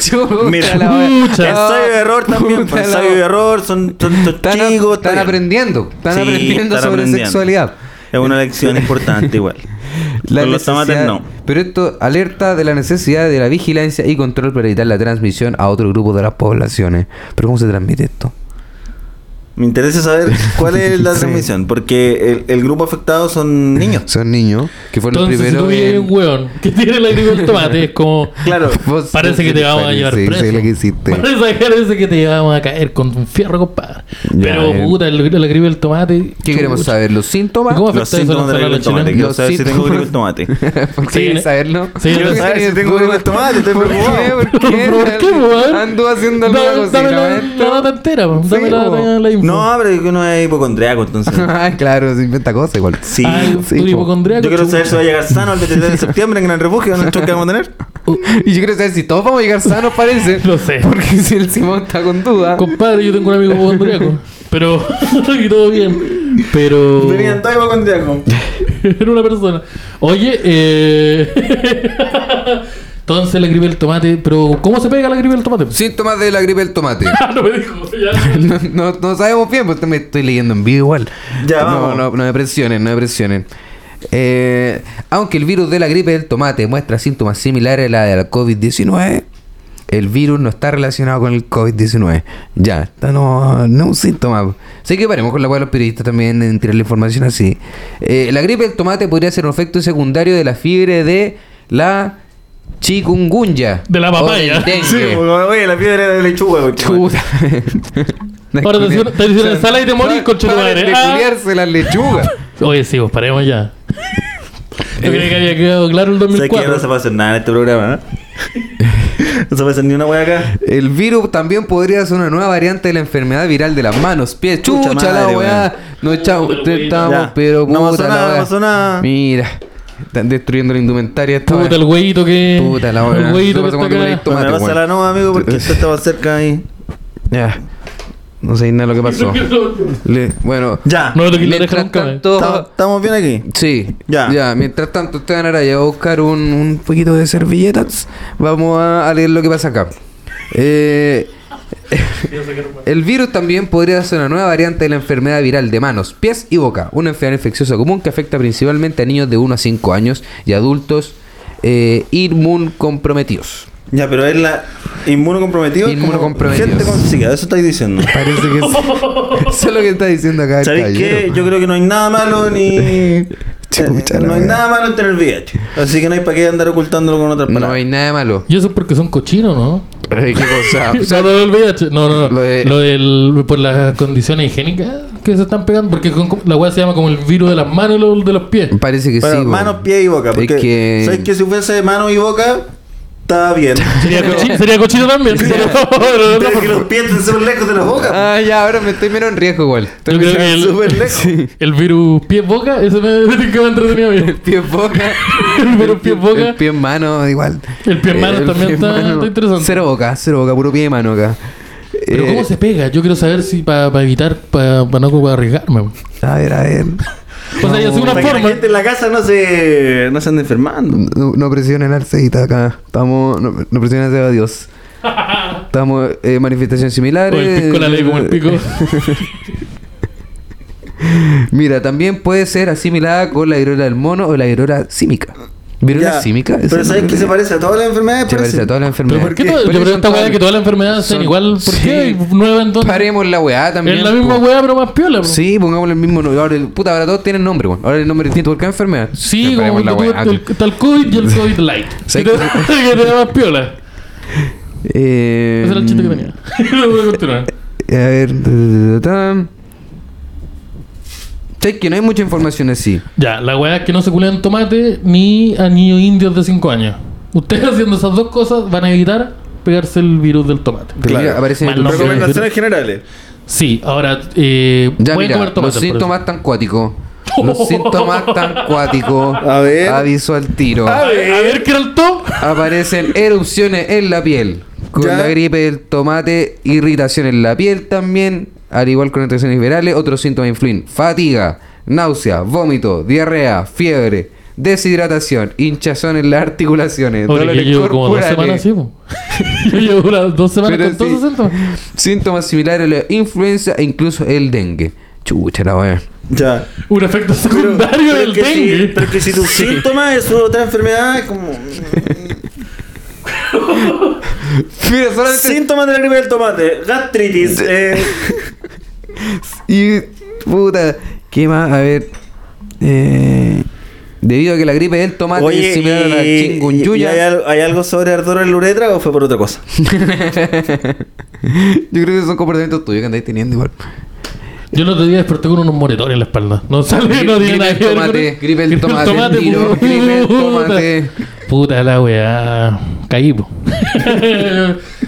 chuta Mira, la wea. el ensayo y error también. Puta la pues, Ensayo y wea. error, son tontos Están, chicos. están está bien. aprendiendo, están Sí, aprendiendo están sobre aprendiendo. sexualidad. Es una lección importante igual. La Con los tomates necesidad- no. Pero esto alerta de la necesidad de la vigilancia y control para evitar la transmisión a otro grupo de las poblaciones. Pero ¿cómo se transmite esto? Me interesa saber cuál es la Sí. transmisión, porque el, el grupo afectado son niños. Son niños que fueron Entonces, si primero tú vives un weón que tiene la gripe del tomate, es como. Claro. Vos- Parece que te vamos a llevar Sí, preso. sí, la Pues, que hiciste. Parece, parece que te llevamos a caer con un fierro, compadre. Ya, eh. Pero, puta, el- la gripe del tomate. ¿Qué queremos chucha. saber? ¿Los síntomas? ¿Y cómo Los afecta eso a síntomas la de la gripe ensalada del chilena? tomate. Quiero saber si tengo gripe del tomate. ¿Por qué Sí, quieres eh. saberlo? Sí, Quiero Quiero saber si tengo gripe del tomate. Estoy ¿Por qué? preocupado. ¿Por qué? ¿Por qué, weón? Ando haciendo alguna Dame, dame cosita. la, la ¿verdad? data entera, po. Sí, dame la, po. la, la info. No, pero es que uno es hipocondriaco, entonces. Ah, claro, se inventa cosas igual. Sí. Ah, tú sí, eres po. hipocondríaco, Yo quiero chucha. saber si va a llegar sano el 23 de septiembre en Gran Refugio, en el choque que vamos a tener. Y yo quiero saber si todos vamos a llegar sanos, parece. Lo sé. Porque si el Simón está con duda. Compadre, yo tengo un amigo hipocondríaco. Pero. y todo bien. Pero. Tenían todo hipocondriaco. Era una persona. Oye, eh... Entonces la gripe del tomate, pero ¿cómo se pega la gripe del tomate? Síntomas de la gripe del tomate. Ah, no me dijo. Ya. No, no, no sabemos bien, porque me estoy leyendo en vivo igual. Ya, no, vamos. No, no me presionen, no me presionen. Eh, aunque el virus de la gripe del tomate muestra síntomas similares a la de la COVID-19, el virus no está relacionado con el COVID-19. Ya, esta no, no es un síntoma. Así que paremos con la hueá de los periodistas también en tirar la información así. Eh, la gripe del tomate podría ser un efecto secundario de la fiebre de la chikungunya. De la o papaya. del dengue. Sí, porque, pues, oye, la piedra de lechuga, güey. Chuta. Ahora te hicieron- te hicieron sala y te morís, Paren concha tu madre. de Ah. culiarse las lechugas. Oye, sí, vos paremos ya. Yo creía que había quedado claro el Sé que no se 2004. va a hacer nada en este programa, ¿no? No se va a hacer ni una wea acá. El virus también podría ser una nueva variante de la enfermedad viral de las manos, pies. Chucha, Chucha la madre, weá. No echamos, Pero, güey, estamos, ya. pero No pasó puta nada, la no weá. pasó nada. Mira, están destruyendo la indumentaria esta Puta, weá. el huevito que. Puta la weá. El Eso huevito que pasa cuando está leí acá. Bueno, Tomate, me pasa weón. la no, amigo, porque esto estaba cerca ahí. Ya. No sé nada lo que pasó. Le- bueno, Ya. No lo toqué la oreja mientras nunca. tanto. Tam- Estamos bien aquí. Sí, ya. Ya. Mientras tanto, Esteban Araya va a buscar un, un poquito de servilletas. Vamos a, a leer lo que pasa acá. Eh, el virus también podría ser una nueva variante de la enfermedad viral de manos, pies y boca. Una enfermedad infecciosa común que afecta principalmente a niños de 1 a 5 años y adultos eh, inmuncomprometidos. Ya, pero es la inmunocomprometido. como Inmunocomprometidos. Gente con SIDA, eso estáis diciendo. Parece que sí. Eso es lo que está diciendo acá el ¿Sabéis qué? caballero. Yo creo que no hay nada malo ni. Chucha eh, la no hay wea. nada malo en tener VIH. Así que no hay para qué andar ocultándolo con otras No palabras. hay nada de malo. Y eso es porque son cochinos, ¿no? Ay, qué cosa. O sea, lo del VIH. No, no, no. Lo Lo, de- del, por las condiciones higiénicas que se están pegando. Porque con- la weá se llama como el virus de las manos y lo- de los pies. Parece que Bueno, sí. bo. manos, pies y boca. Es Porque que- ¿sabes que si fuese mano y boca, estaba bien. Sería, cochi- sería cochino también. pero no, no, no, Pero que por- los pies estén súper lejos de la boca. Ah, ya, ahora me estoy menos en riesgo igual. Estoy Yo creo que Súper el, lejos. el virus pie boca, ese me, me que me entretenía bien. pie en boca. El virus pie boca, El pie en mano, igual. el pie en mano El también pie en está, mano. está interesante. Cero boca, cero boca, puro pie de mano acá. Pero Eh, ¿cómo se pega? Yo quiero saber si para evitar, para no arriesgarme. O A ver, a ver. sea, ya es una Para que la forma. gente en la casa no se, no se ande enfermando. No, no presionen al ceguita acá. Estamos. No, no presionen al cego, adiós. Estamos eh, manifestaciones O similares. el pico, la ley como el pico. Mira, también puede ser asimilada con la viruela del mono o la viruela símica. ¿Viruela Ya, símica? Esa Pero es ¿sabes la que se viruela- parece a todas las enfermedades? Se parece a todas las Pero enfermedades. ¿por qué Porque- todo- Pero Yo son pregunto todas- weá que todas las enfermedades son- sean igual. ¿Por sí. qué hay nueva entonces? Paremos la weá también. es la misma po. weá, pero más piola. po. Sí, pongámosle el mismo nombre. Ahora, el- puta, ahora todos tienen nombre, weón. Ahora el nombre distinto por cada enfermedad. Sí, Pero como paremos que tú- la el- weá. está el COVID y el COVID light. Sí. Que te que te da más piola. Eh, Ese era el chiste que tenía. Mm. No voy a continuar. A ver. ta, ta, ta, ta. Sé que no hay mucha información así. Ya, la weá es que no se culean tomate ni a niños indios de 5 años. Ustedes haciendo esas dos cosas van a evitar pegarse el virus del tomate. Pero Claro. mira, aparece en Mal el nombre. documento. Recomendaciones generales. Sí, ahora eh, Ya, pueden mira, comer tomate. los síntomas tan cuáticos. Los síntomas tan cuáticos. A ver. Aviso al tiro. A ver, a ver, ¿qué era el top? Aparecen erupciones en la piel. Con Ya. la gripe del tomate, irritación en la piel también. al igual que orientaciones liberales, otros síntomas influyen fatiga, náusea, vómito, diarrea, fiebre, deshidratación, hinchazón en las articulaciones, Oye, yo dolores llevo como dos corporales. semanas, sí, po. Yo llevo unas dos semanas Pero con todos sí. esos síntomas. Síntomas similares a la influenza e incluso el dengue. Chucha la wea. Ya. Un efecto secundario del que si- dengue. pero que si tus síntomas es otra enfermedad, es como. Mira, solamente. síntomas de la gripe del tomate, gastritis, eh, Y. Puta. ¿Qué más? A ver. Eh, debido a que la gripe del tomate es similar a la y- y chingunjuya. hay, al- hay algo sobre ardor en la uretra o fue por otra cosa? Yo creo que son comportamientos tuyos que andáis teniendo igual. Yo el otro día desperté con unos moretones en la espalda. No sale, no Gripe tiene nada el que ver. tomate, con- gripe el tomate, tiro, pues. puta. gripe el tomate. Puta la weá. Caí, po.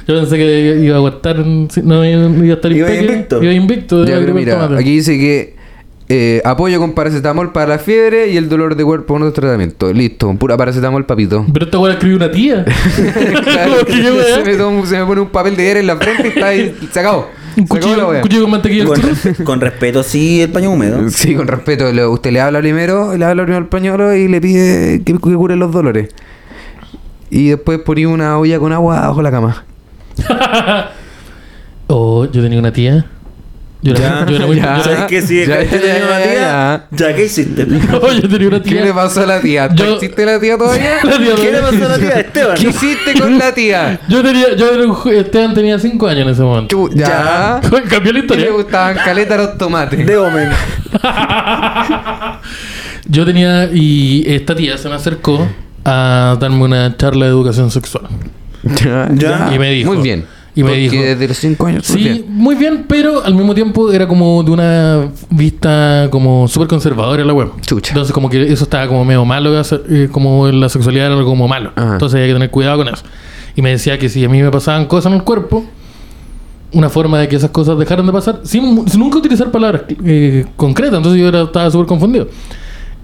Yo pensé que iba a aguantar. en- sí, No iba a estar Iba impeque, invicto. Iba invicto. de Ya, la pero gripe del mira, tomate. aquí dice que eh, apoyo con paracetamol para la fiebre y el dolor de cuerpo en otro tratamiento. Listo, pura paracetamol, papito. Pero esta weá la escribió una tía. Claro, ¿Qué weá? se, me toma- se me pone un papel de aire en la frente y está ahí, se acabó. Un Se acabó la cuchillo, un wea. cuchillo con mantequilla. Con, con respeto, sí, el paño húmedo. Sí, con respeto, le- usted le habla primero, le habla primero al pañuelo y le pide que, que cure los dolores. Y después ponía una olla con agua bajo la cama. Oh, yo tenía una tía. Yo era, yo era muy. ya. yo era- ¿Sabes qué? Si Ya, ya, ya, ya, una ya, tía, ya, ¿qué hiciste? No, Oh, yo tenía una ¿Qué tía. le pasó a la tía? ¿Está- Yo- ¿Existe la tía todavía? La tía ¿Qué le Lola. pasó a la tía Esteban? ¿Qué hiciste con la tía? Yo tenía, yo era un ju- Esteban tenía 5 años en ese momento. Chu- ya. Cambió la ¿Qué historia. le gustaban caletas los tomates? De Omen. Yo tenía y esta tía se me acercó a darme una charla de educación sexual. Ya, Ya. Y me dijo. Muy bien. Y me Porque dijo. desde los 5 años. muy Sí, bien. muy bien, pero al mismo tiempo era como de una vista como súper conservadora la web. Chucha. Entonces como que eso estaba como medio malo, eh, como la sexualidad era algo como malo. Ajá. Entonces había que tener cuidado con eso. Y me decía que si a mí me pasaban cosas en el cuerpo, una forma de que esas cosas dejaran de pasar, sin, sin nunca utilizar palabras eh, concretas. Entonces yo era- estaba súper confundido.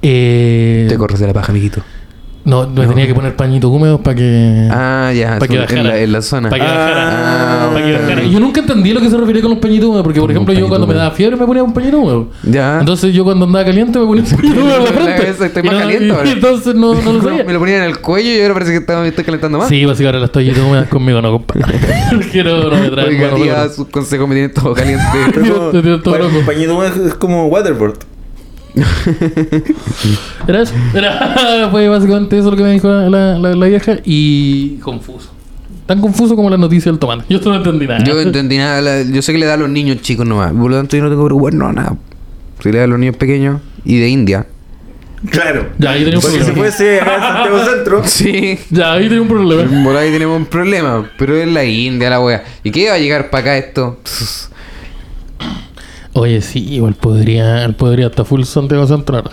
Eh, Te corres de la paja, amiguito. no, me tenía que poner pañitos húmedos para que... Ah, ya. Pa' que en, bajara. la, en la zona. Para que bajara. Ah, Pa' que bajara. ok. Y Yo nunca entendí lo que se refería con los pañitos húmedos, porque por Como un ejemplo yo cuando me pañito daba fiebre me ponía un pañito húmedo. Ya. Entonces yo cuando andaba caliente me ponía un pañito húmedo en la En la frente. cabeza, estoy Y más no- caliente y- ahora. y entonces no, no lo sabía. me lo ponía en el cuello y ahora parece que estaba, me estoy calentando más. Sí, básicamente ahora las toallitas húmedas conmigo no, compadre. Porque no, no me traen. Oiga, bueno, tía, bueno. sus consejos me tienen todo caliente. Mira, te dio todo loco. pañito húmedo es como waterboard. Era eso. Era, fue básicamente eso lo que me dijo la, la, la- la vieja y confuso. Tan confuso como la noticia del tomate. Yo esto no entendí nada. yo no entendí nada. la- yo sé que le da a los niños chicos nomás. Por lo tanto, yo no tengo que preocuparme, no, nada. Si le da a los niños pequeños y de India. Claro. Ya, ahí tenía un Porque si problema. fuese acá en Santiago Centro, Sí. Ya, ahí tenía un problema. Por ahí tenemos un problema. Pero es la India la wea. ¿Y qué va a llegar para acá esto? Pss, Oye, sí, igual podría, él podría hasta full Santiago Centro. ahora.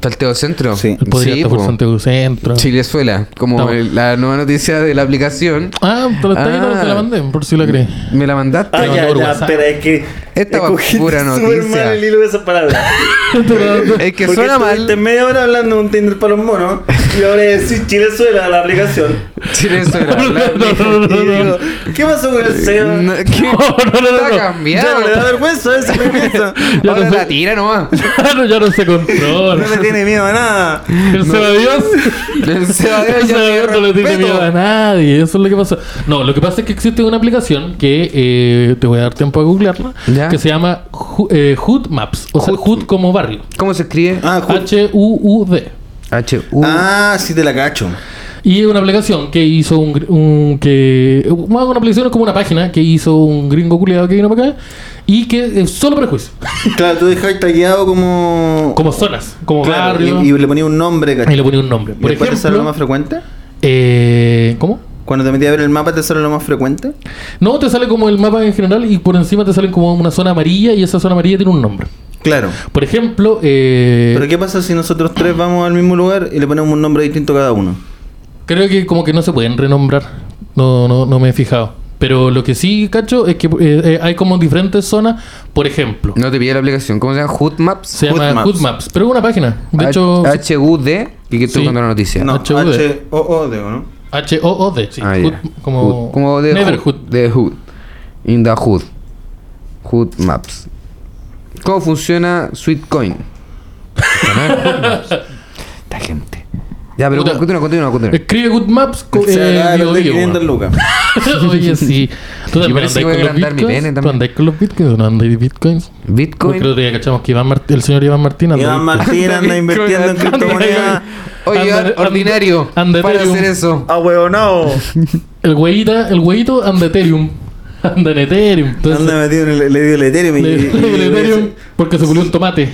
¿Salteo centro? Sí. Él podría Sí, hasta full po. Santiago Centro. Chilezuela. Como Estamos. el- la nueva noticia de la aplicación. Ah, te lo está ahí, no Ah. te la mandé, por si la crees. ¿Me la mandaste? Ah, Pero ya, por ya, WhatsApp. espera, es que. Esta va escogiste pura súper noticia. mal el hilo de esas palabras. Es que Porque suena mal. estuviste media hora hablando de un Tinder para los monos y ahora decís Chilezuela a la aplicación. Chilezuela. No, la- no, no, Y no, no, digo, no. ¿qué pasó con el Seba? No, ¿qué? no, no, Está no. Ya cambiado. no le da vergüenza, esa vergüenza. Ya Ahora no la sé. tira nomás. Ah, no, ya no se controla. No le tiene miedo a nada. El Seba Dios. El Seba Dios El ya Seba tiene Dios no le tiene respeto. miedo a nadie. Eso es lo que pasa. No, lo que pasa es que existe una aplicación que eh, te voy a dar tiempo a googlearla. Ya. Que se llama Ju- eh, Hood Maps. O sea, Hood. Hood como barrio. ¿Cómo se escribe? Ah, ju- H-U-U-D. H-U. ah, sí te la cacho. Y es una aplicación que hizo un, gr- un que más una aplicación es como una página que hizo un gringo culiado que vino para acá y que es solo prejuicio, Claro, tú dejáis tagueado como. como zonas, como Claro, barrios. y, Y, y le ponía un nombre, cacho. le ponía un nombre. Por ¿Después te sale lo más ejemplo, frecuente? eh, ¿cómo? Cuando te metí a ver el mapa, ¿te sale lo más frecuente? No, te sale como el mapa en general y por encima te sale como una zona amarilla y esa zona amarilla tiene un nombre. Claro. Por ejemplo, eh, Pero ¿qué pasa si nosotros tres vamos al mismo lugar y le ponemos un nombre distinto a cada uno? Creo que como que no se pueden renombrar. No, no, no me he fijado. Pero lo que sí, cacho, es que eh, eh, hay como diferentes zonas. Por ejemplo, No te pide la aplicación. ¿Cómo se llama? Hood Maps. se Hood llama Maps. Hood Maps. Pero es una página. De hecho, H-U-D. Y que estoy Sí. contando la noticia. No, HUD. H-O-O, digo, ¿no? H-O-O-D. Sí. Ah, Hood, ya. como Hood, como de Neighborhood. Hood. De Hood. In the Hood. Hood Maps. ¿Cómo funciona Sweetcoin? Esta gente. Ya, pero Puta. continúa, continúa, continúa. Escribe Good Maps con Se acaba eh, de Bio vender Bio, 500 weón. lucas. Oye, sí. ¿Tú también parece andáis que voy a con los agrandar mi pene bitcoins? ¿Tú también. andáis con los bitcoins o no andáis bitcoins? Porque el Bitcoin. otro día cachamos que Iván Mart- el señor Iván Martín andaba Iván Martín anda invirtiendo en Bitcoin, criptomonedas. Oye, Anda- Iván, anda- ordinario. anda para Ethereum. hacer eso. Ah, weón, no. El huevita, el huevito anda Ethereum. Anda en Ethereum. Entonces, Anda metido en el, le dio el Ethereum. y- le- y- y- el Ethereum porque se culió un tomate.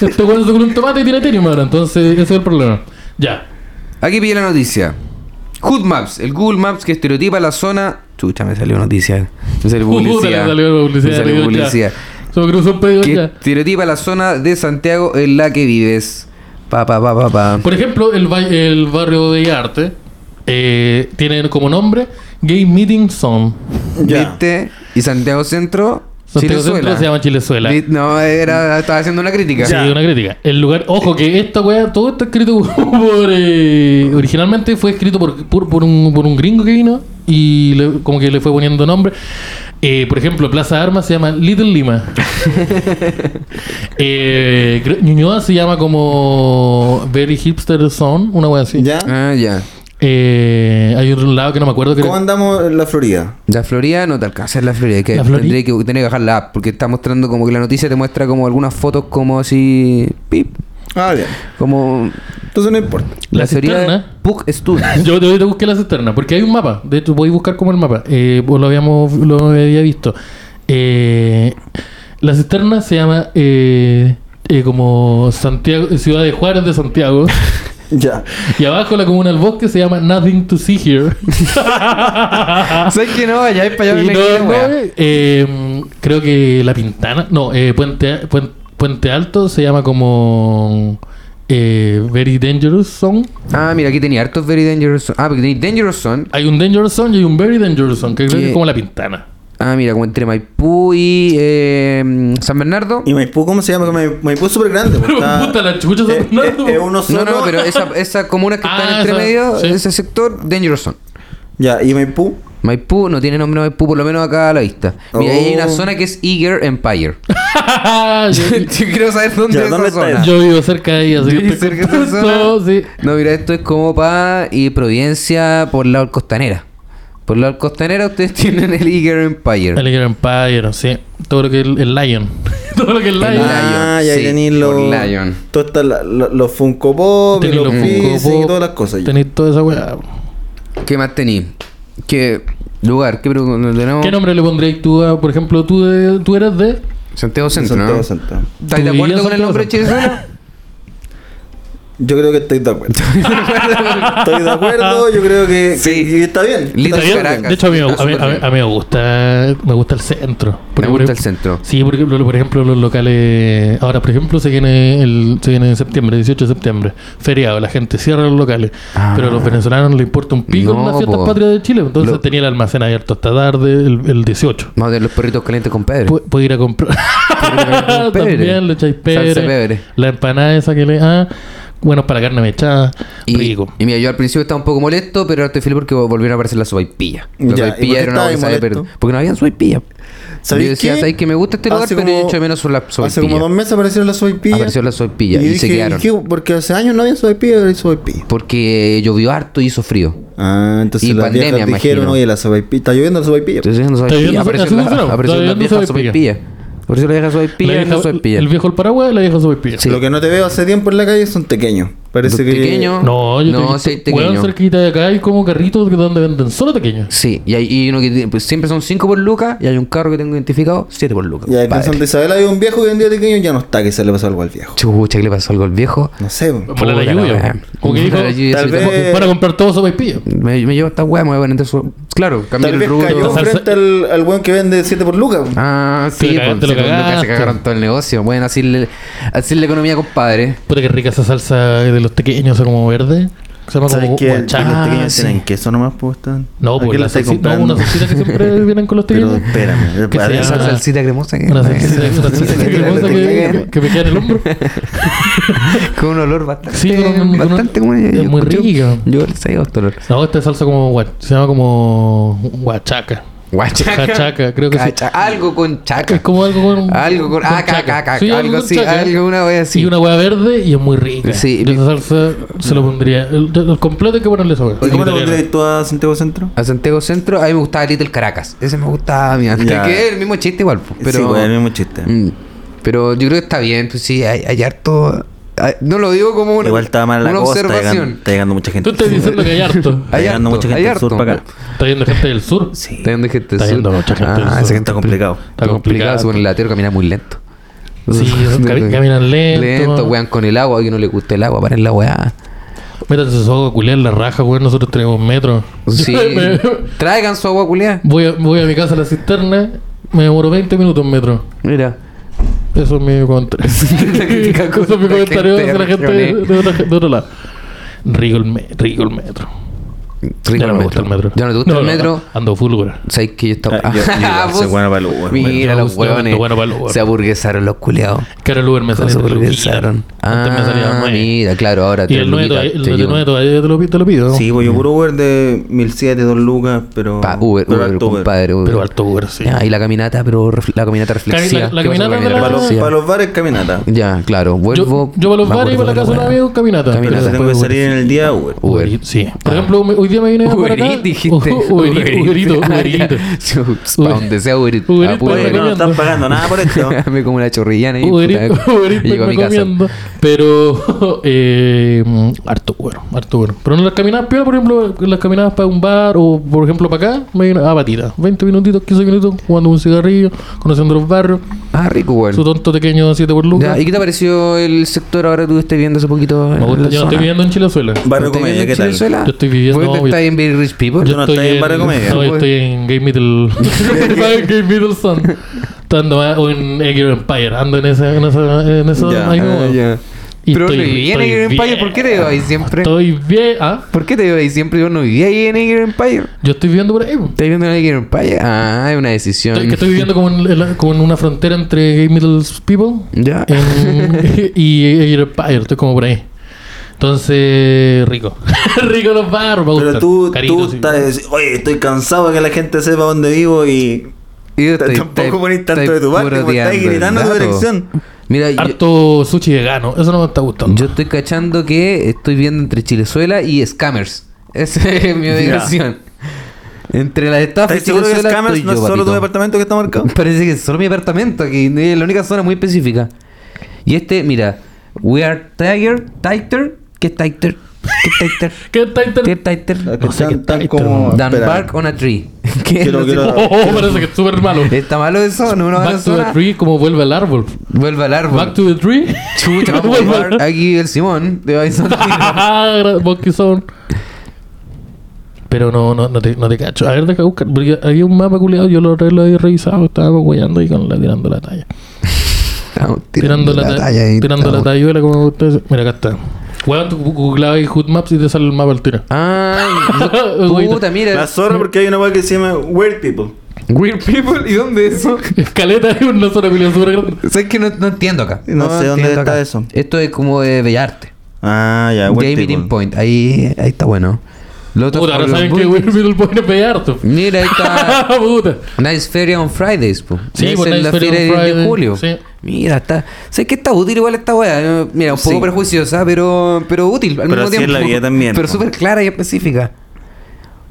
este weón se culió un tomate y tiene Ethereum ahora. Entonces, ese es el problema. Ya. Aquí pillé la noticia. Hood Maps, el Google Maps que estereotipa la zona. Chucha, me salió noticia. Me salió Puta, publicidad. le salió publicidad, Me salió le digo, ya. publicidad. Se me cruzó un pedido Que ya. estereotipa la zona de Santiago en la que vives. Pa, pa, pa, pa, pa. Por ejemplo, el, ba- el barrio de arte eh, tiene como nombre Gay Meeting Zone. Ya. ¿Viste? Y Santiago Centro. Santiago Chilezuela. Centro se llama Chilezuela. Vi- No, era, estaba haciendo una crítica. Sí, una crítica. El lugar, ojo que esta weá, todo está escrito por. eh, originalmente fue escrito por, por, por un, por un gringo que vino y le- como que le fue poniendo nombre. Eh, por ejemplo, Plaza Armas se llama Little Lima. eh, creo- Ñuñoa se llama como Very Hipster Zone, una weá así. Ya. Ah, ya. Eh, hay otro lado que no me acuerdo que era- ¿Cómo andamos en la Florida? La Florida no te alcanza en la Florida, hay que La Florida- tendría que tener que bajar la app, porque está mostrando como que la noticia te muestra como algunas fotos como así pip, Ah, bien. como Entonces no importa. La teoría de cisterna. Puck Studios. Yo te, te busqué la cisterna, porque hay un mapa. De hecho, voy a buscar como el mapa. Eh, pues lo habíamos lo había visto. Eh, la cisterna se llama eh, eh, como Santiago, eh, Ciudad de Juárez de Santiago. Ya. y abajo la comuna del bosque se llama Nothing to See Here. ¿Sabes que no vayáis para Ah. Y no, no, eh, eh, creo que La Pintana, no, eh, Puente, Puen- Puente Alto se llama como eh, Very Dangerous Zone. Ah, mira, aquí tenía hartos Very Dangerous Zone. Ah, porque tenía Dangerous Zone. Hay un Dangerous Zone y hay un Very Dangerous Zone, que creo que ¿Qué? es como La Pintana. Ah, mira, como entre Maipú y eh, San Bernardo. ¿Y Maipú cómo se llama? Mai- Maipú es súper grande. pues, Pero puta, la chucha San es, Bernardo. es- es eh, uno No, solo. no, pero esa, esa comuna que Ah, está entre esa- medio, sí. ese sector, Dangerous Zone. Ya, ¿y Maipú? Maipú no tiene nombre Maipú, por lo menos acá a la vista. Mira, ahí hay una Oh. zona que es Eager Empire. yo, Yo quiero saber dónde Ya, es esa ¿dónde está zona. eso? yo vivo cerca de ella, así Yo que vivo cerca de esa contento, zona. sí. No, mira, esto es como Pa y Providencia por el lado del Costanera. Por el lado del Costanera ustedes tienen el Eager Empire. El Iron Empire, sí. Todo lo que es el, el Lion. Todo lo que es el El Lion. Lion. Ah, ya sí, tenéis por los... Lion. Todos están la- la- los Funko Pop, y Tenéis los los Pizzi Funko y Pop, todas las cosas. ya. Tenéis toda esa weá. ¿Qué más tení? ¿Qué lugar? ¿Qué pregunta tenemos? ¿Qué nombre le pondrías tú a, por ejemplo, tú, de- tú eres de. Santiago Centro, Santiago ¿no? Santiago. ¿Estás de ¿Tú acuerdo vivías con el en nombre Santiago Chilezuela? Yo creo que estoy de acuerdo. estoy de acuerdo, yo creo que, que- Sí. que está bien. Lindo Está Está bien. Caracas. De hecho, a mí, me- Está a mí- súper a mí- bien. a mí me gusta. Me gusta el centro. Me Porque, por gusta ej- el centro. Sí, porque por por ejemplo los locales. Ahora, por ejemplo, se viene el, se viene en septiembre, 18 de septiembre, feriado, la gente cierra los locales. Ah. Pero a los venezolanos les importa un pico No, las fiestas po. patrias de Chile. Entonces Lo- tenía el almacén abierto hasta tarde, el, el 18. Vamos a ver los perritos calientes con Pedro. Pu- Puede ir a comprar. con pebre. También le echáis Salsa pebre. pebre. La empanada esa que le. Ah, bueno, para carne mechada. Y, rico. y mira, yo al principio estaba un poco molesto, pero ahora estoy feliz porque volvieron a aparecer las sopaipillas. Las Ya, ¿y por qué sopaipillas eran una estabas cosa que sabía molesto? perder. Porque no habían sopaipillas. Yo ¿Sabéis decía, qué? ¿sabéis que me gusta este lugar? Hace Pero he como- hecho de menos son las Hace como dos sopaipillas. meses aparecieron las sopaipillas. Aparecieron las sopaipillas yo y se dije, quedaron. qué? Porque hace años no había sopaipillas, ahora hay sopaipillas. Porque llovió harto y hizo frío. Ah, entonces Y las pandemia, viejas dijeron, imagino. oye, la sopaipilla, está lloviendo la sopaipilla. Entonces no Está sopaipillas. lloviendo- Aparecieron así las funcionó. aparecieron Está las viejas lloviendo sopaipillas. Aparecieron las viejas sopaipillas La y las vieja- el sopaipillas. viejo el paraguas y la vieja sopaipilla. Sí. Lo que no te veo hace tiempo en la calle son pequeños. Parece Los que... pequeños. No, yo No, te- sí, weón, pequeño. cerquita de acá hay como carritos que donde venden solo pequeños. Sí, y hay y uno que tiene- pues, siempre son 5 por lucas y hay un carro que tengo identificado 7 por lucas. Y ahí en Padre. Santa Isabel había un viejo que vendía pequeños ya no está, que se le pasó algo al viejo. Chucha, que le pasó algo al viejo. No sé. po. Por la Puta lluvia. weá. Como que dijo, La lluvia, tal sí, vez- tampoco- Para comprar todo sopa y pillo. Me, me llevo esta weá, me voy a poner su... Claro, cambiar Tal el vez rubro. cayó Salsa- frente al, al weón que vende 7 por lucas. Ah, sí, Te lo cagaste, pues, lo se- cagaste. se cagaron todo el negocio. Bueno, así le, así la economía, compadre. Puta que rica esa salsa de los pequeños, esa como verde. Se llama ¿Sabes Ah, como qué? Los guachán. pequeños sí. tienen queso nomás, pues están. No, ¿A porque quién la estáis salsita, no, comprando? una salsita que siempre vienen con los Pero pequeños. espérame. Que se Esa Ah. salsita cremosa que... Una salsita Esa una salsita salsita cremosa que, cremosa que me queda en el hombro. que- Con un olor bastante... Sí, con un- con un- bastante como... es muy yo- rica. Yo le sabía este olor. No, esta salsa como guach- se llama como guachaca. Huachaca. Cachaca, creo que sí. Cacha- Algo con Es chaca. como algo con. Algo con- ah, caca, caca, algo así, algo, una wea así. Y una hueá verde y es muy rica. Sí. Sí. Esa salsa se lo pondría. El, el completo hay que ponerle esa hueá. ¿Y cómo te Italiana. pondrías tú a Santiago Centro? A Santiago Centro, a mí me gustaba Little Caracas. Ese me gustaba a mí. antes, Ya. Que es el mismo chiste igual. po, Pero, Sí, güey, el mismo chiste. Mm. Pero yo creo que está bien. Pues sí, hay, hay harto... hay- no lo digo como una, Igual está mal la una cosa, está observación. llegando, está llegando mucha Tú gente. estás diciendo que hay harto. Está llegando mucha gente del sur para acá. Está yendo gente del sur. Sí, Está yendo gente Está del yendo sur. mucha gente del Ah, sur. esa gente está complicado. Está complicado, se pone el latero, camina muy lento. Sí, cami- caminan lento. Lento, wean con el agua, a alguien no le gusta el agua, paren la weá. Métanse su agua, culiar la raja, weón. Nosotros tenemos metro. Sí. Me- Traigan su agua culiada. voy, a, voy a mi casa a la cisterna. Me demoro 20 minutos en metro. Mira. Eso es mi contra. Eso es mi comentario hacia la gente de, de otra- de otro lado. Rico el, me- rico el metro. Rico ya no el me gusta el metro. Ya no te gusta el metro. Ando full, güey. Sabes que yo estaba. Ah, yo- yo igual soy bueno para los huevos, Mira bueno. los Yo soy huevones. bueno para los huevos. Se aburguesaron los culiados. Que ahora el Uber me sale Se tres aburguesaron. luquitas. Antes me salía Ah, nueve. mira, claro, ahora Y tres el 9 luquitas, todavía, el te de llevo. nueve todavía te lo, pi- te lo pido. Sí, pues yo puro Uber de 1007, 2 lucas, pero. Pa, Uber, pero Uber, harto compadre. Uber. Pero alto Uber, sí. Ya, y la caminata, pero ref- la caminata reflexiva. la ¿Qué pasa con caminata de la- Para los, reflexiva? para los bares, caminata. Ya, claro, vuelvo. Yo, yo para los me bares y acuerdo para la casa de un weá. amigo, caminata. Caminata. Pero Pero si tengo que después salir en el día, Uber. Uber. Uber- Sí. Por Ah. ejemplo, hoy día me vine para acá. Uberit, dijiste. Uber- Uberit, Uberito, Ah, ya. Uberito. Sí, Para donde sea Uberit. Uberit Ah, para Oye, Uber. no, no están pagando nada por esto. Me como una chorrillana y Uberit, puta, Uberit, llego a mi me casa. comiendo. Pero, eh, harto Uber, harto Uber. Pero en las caminadas piola, por ejemplo, en las caminadas para un bar o, por ejemplo, para acá, me vine a batida. 20 minutitos, 15 minutos, jugando un cigarrillo, conociendo los barrios. Ah, rico, Su bueno. tonto pequeño 7 por lucas. ¿Y qué te pareció el sector ahora tú estés viendo hace poquito? Me gusta, yo no estoy viviendo en Chilezuela. Barrio Comedia, ¿qué tal? Yo Yo estoy viviendo- ¿Vos estás en Very Rich People? Yo no estoy en Barrio Comedia. No, yo estoy en Game Middle. Estaba en Game Middle Sun. Estaba Ando a- o en Egg Empire. Ando en esa. En esa, en esa Ya, ahí Ah, como- ya. Y Pero no estoy- viví en estoy Egger Empire. ¿Por qué te veo ahí siempre? Estoy bien. Ah, ¿Por qué te veo ahí siempre? Yo no vivía ahí en Egger Empire. yo estoy viviendo por ahí. po. ¿Estás viviendo en Egger Empire? Ah, es una decisión. Estoy- que estoy viviendo como en, la- como en una frontera entre Game Middle People Ya. en- y Egg Empire. Estoy como por ahí. Entonces, rico. rico los barros. me Pero gustan. tú, tú Caritos, sí. estás. Oye, estoy cansado de que la gente sepa dónde vivo y. Y yo estoy- estoy- Tampoco ponís tanto estoy de tu parte, puro como estás tirando el gritando tu dato. dirección. Mira, yo, Harto sushi vegano. Eso no me está gustando. yo estoy cachando que estoy viendo entre Chilezuela y Scammers. Esa es mi Ya. diversión. Entre las estafas y ¿Estás seguro que Chilezuela Scammers estoy no es yo, solo tu papito. departamento que está marcado? Parece que es solo mi apartamento aquí, es la única zona muy específica. Y este, mira, We Are Tiger, Tighter, ¿qué es Tighter? ¿Qué es Tighter? ¿Qué está inter- ¿Qué es Tighter? Que sé qué están tan tal, como. Dan Espera. Bark on a Tree. ¿Qué? Quiero- No sé quiero- Oh, oh, oh, parece que es súper malo. cómo- ¿Está malo eso? ¿No es una buena Back to the zona? tree, como vuelve al árbol. Vuelve al árbol. Back to the tree. Chucha, vamos a Vuelve al jugar. aquí el Simón de Bison Tiro. árbol. Monkey Zone. Pero no, no, no, te, no te cacho. A ver, deja buscar. Porque había un mapa culiado, yo lo, re- lo había revisado. Estábamos guayando ahí con la, tirando la talla. Estamos Tirando, la, talla. ahí, tirando la estamos. talluela, como ustedes. Mira, acá está. Weón, tú googleabas ahí Hood Maps y te sale el mapa al tiro. Ay, puta, La mira. zorra, porque hay una weá que se llama Weird People. Weird people, ¿y dónde es eso? Escaleta es una zona culiada súper grande. ¿Sabes que no, no entiendo acá? No sé dónde entiendo está eso. Esto es como de Bellarte. Ah, ya, Game Weird Meeting People. Point. Ahí, ahí está bueno. Lo otro Puta, ahora Pablo saben que Burgos. Will Middle puede pegar harto. Mira, ahí está Puta. Nice Feria on Fridays, po. Sí, es po, en Nice la Feria feria on de- de, Friday, julio. sí. Mira, está. Sé que está útil igual esta weá. eh, Mira, un poco Sí. prejuiciosa, pero, pero útil al Pero mismo así tiempo. es la vida también, Pero po. súper clara y específica.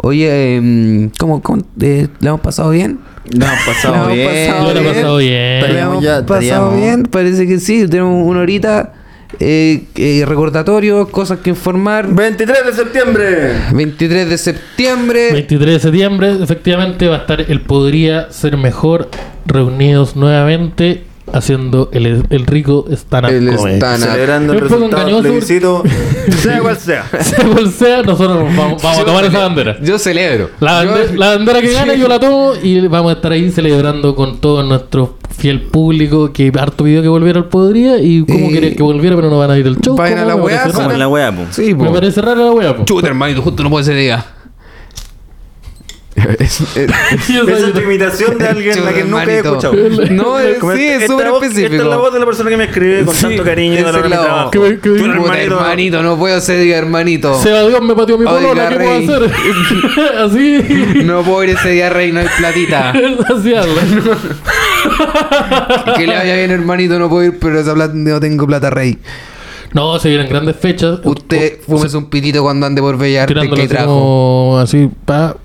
Oye, em, ¿cómo, cómo eh, la hemos pasado bien? No, ha pasado La hemos bien. pasado Yo la he pasado bien. La Estaríamos hemos ya- pasado estaríamos- bien. Parece que sí. Tenemos una horita. Eh, eh, recordatorios, cosas que informar. 23 de septiembre. 23 de septiembre. 23 de septiembre, efectivamente va a estar el Podría Ser Mejor reunidos nuevamente haciendo el, el rico stand-up El comedy. stand-up. Celebrando el Es un poco resultado del engañoso. plebiscito, sea cual sea. Se bolsea, nosotros nos vamos, vamos a Yo tomar esa cele- bandera. Yo celebro. La, bande- Yo- la bandera que gane Sí. yo la tomo y vamos a estar ahí celebrando con todo nuestro fiel público que harto pidió que volviera al Podría y como Y- querían que volviera pero no van a ir al show. Vayan a ¿cómo? la Me weá, pues. parece Como raro. en la weá, po. Sí, Me po. parece raro la weá, pues. po. Chuta, hermanito, justo no puede ser día. Es- es- Yo Esa es tu soy- imitación de alguien la que Chuta, nunca he hermanito. escuchado. No, es- Como sí, esta- es esta súper voz- específico. Esta es la voz de la persona que me escribe con Sí, tanto cariño y ese dolor en mi lado. trabajo. Que me- que me- Tú, Puta, hermanito. no puedo ser diga hermanito. Seba Dios me pateó mi Oiga, polola, ¿qué rey. puedo hacer? así. No puedo ir ese día rey, no hay platita. así habla. que le vaya bien, hermanito, no puedo ir, pero esa plata, no tengo plata rey. No, se vienen grandes fechas. Usted fúmese un pitito cuando ande por Bellarte tirándolo que así trajo. como así pa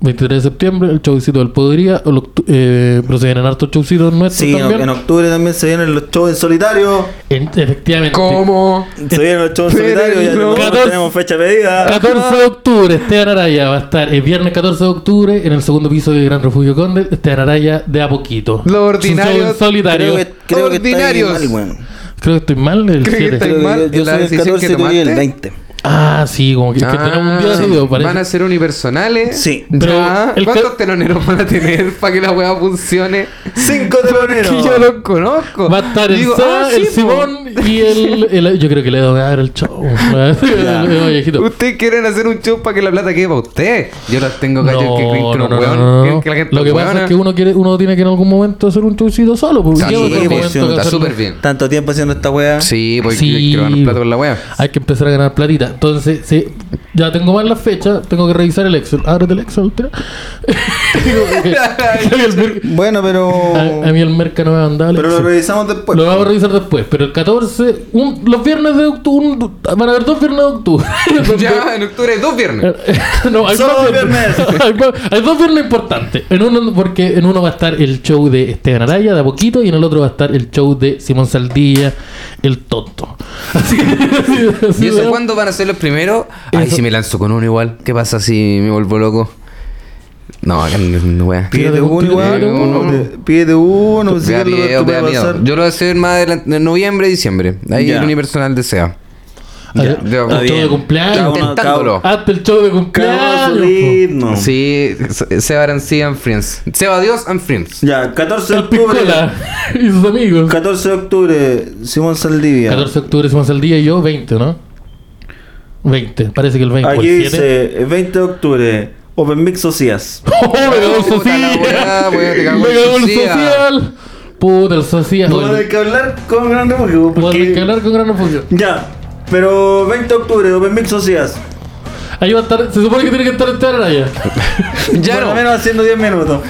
23 de septiembre el showcito del Podría el octu- eh, pero se vienen hartos showcitos nuestros Sí, en, también en octubre también se vienen los shows en solitario. En- efectivamente ¿Cómo? Se vienen los shows en Pero solitario. Ya no. tenemos- tenemos fecha pedida. 14 de octubre Esteban Araya va a estar el viernes 14 de octubre en el segundo piso de Gran Refugio Conde Esteban Araya de a poquito Lo Su ordinario- show en solitario Creo que, creo creo que está ahí Ordinarios. mal, weón. que estoy mal el Creo que 7 estoy- Creo que mal yo- en Yo la soy el decisión 14 que y tú eres el tomaste. 20. ah sí como que, que tenemos un día de video, parece Ah, van a ser unipersonales. Sí. Pero Ya. el ¿Cuántos ca- teloneros van a tener para que la weá funcione? Cinco Que yo teloneros. los conozco. Va a estar el Digo, Sa, ah, el sí, po. Simón y el, el- Yo creo que le voy a dar el show. El viejito. Ustedes quieren hacer un show para que la plata quede para usted. Yo las tengo No, callos que creen que no, los no, weón- no, no, creen no. que la gente Lo que weona. pasa es que uno quiere, uno tiene que en algún momento hacer un showcito solo. Porque Está llega súper otro Sí, pues, bien. momento que Está hacerlo. súper bien. Tanto tiempo haciendo esta weá. Sí, porque Sí. quiero ganar plata con la wea. Hay que empezar a ganar platita. Entonces, sí, ya tengo mal la fecha, tengo que revisar el Excel. Ábrete el Excel, tira. Digo, porque- creo que el merc- Bueno, pero. Ah, a, a mí el merca no me va a mandar el Pero lo Excel. revisamos después. Lo vamos a revisar después, pero el 14, un- los viernes de octubre, un- van a haber dos viernes de octubre. Ya, en octubre hay dos Eh, viernes. no, hay Solo más dos viernes. hay, más- hay dos viernes importantes. En uno, porque en uno va a estar el show de Esteban Araya de a poquito y en el otro va a estar el show de Simón Saldilla, el tonto. Así que- así ¿Y eso de- cuándo van a ser los primeros? Ay, Eso- si me lanzo con uno igual. ¿Qué pasa si me vuelvo loco? No, acá no, wea. Pídete uno Pídete igual. uno. Pídete uno. si Vea es lo que miedo, tú vea puedes miedo. pasar. Yo lo voy a hacer más adelante, en noviembre, diciembre. Ahí Ya. el unipersonal desea. a ver, ya, el está show de bien. cumpleaños. Cada uno- Intentándolo. Hasta el show de Cada uno a su cumpleaños. ritmo. Sí, Se- Seba Arancía and Friends. Seba Dios and Friends. Ya, 14 de El octubre. Piscola y sus amigos. 14 de octubre, Simón Saldivia. 14 de octubre Simón Saldilla y yo 20, ¿no? 20, parece que el 20 o Aquí el 7. dice, eh, 20 de octubre, Open Mix Socias. ¡Oh, me cagó el Puta la weá, social! weá, te ¡Me cagó el cagó el social. social! Puta, el social. Vamos a tener que hablar con Gran Voy Refugio. a tener que porque- hablar con gran Refugio. Ya, pero 20 de octubre, Open Mix Socias. Ahí va a estar, se supone que tiene que estar Esteban Araya. Ya Por lo no. menos haciendo 10 minutos.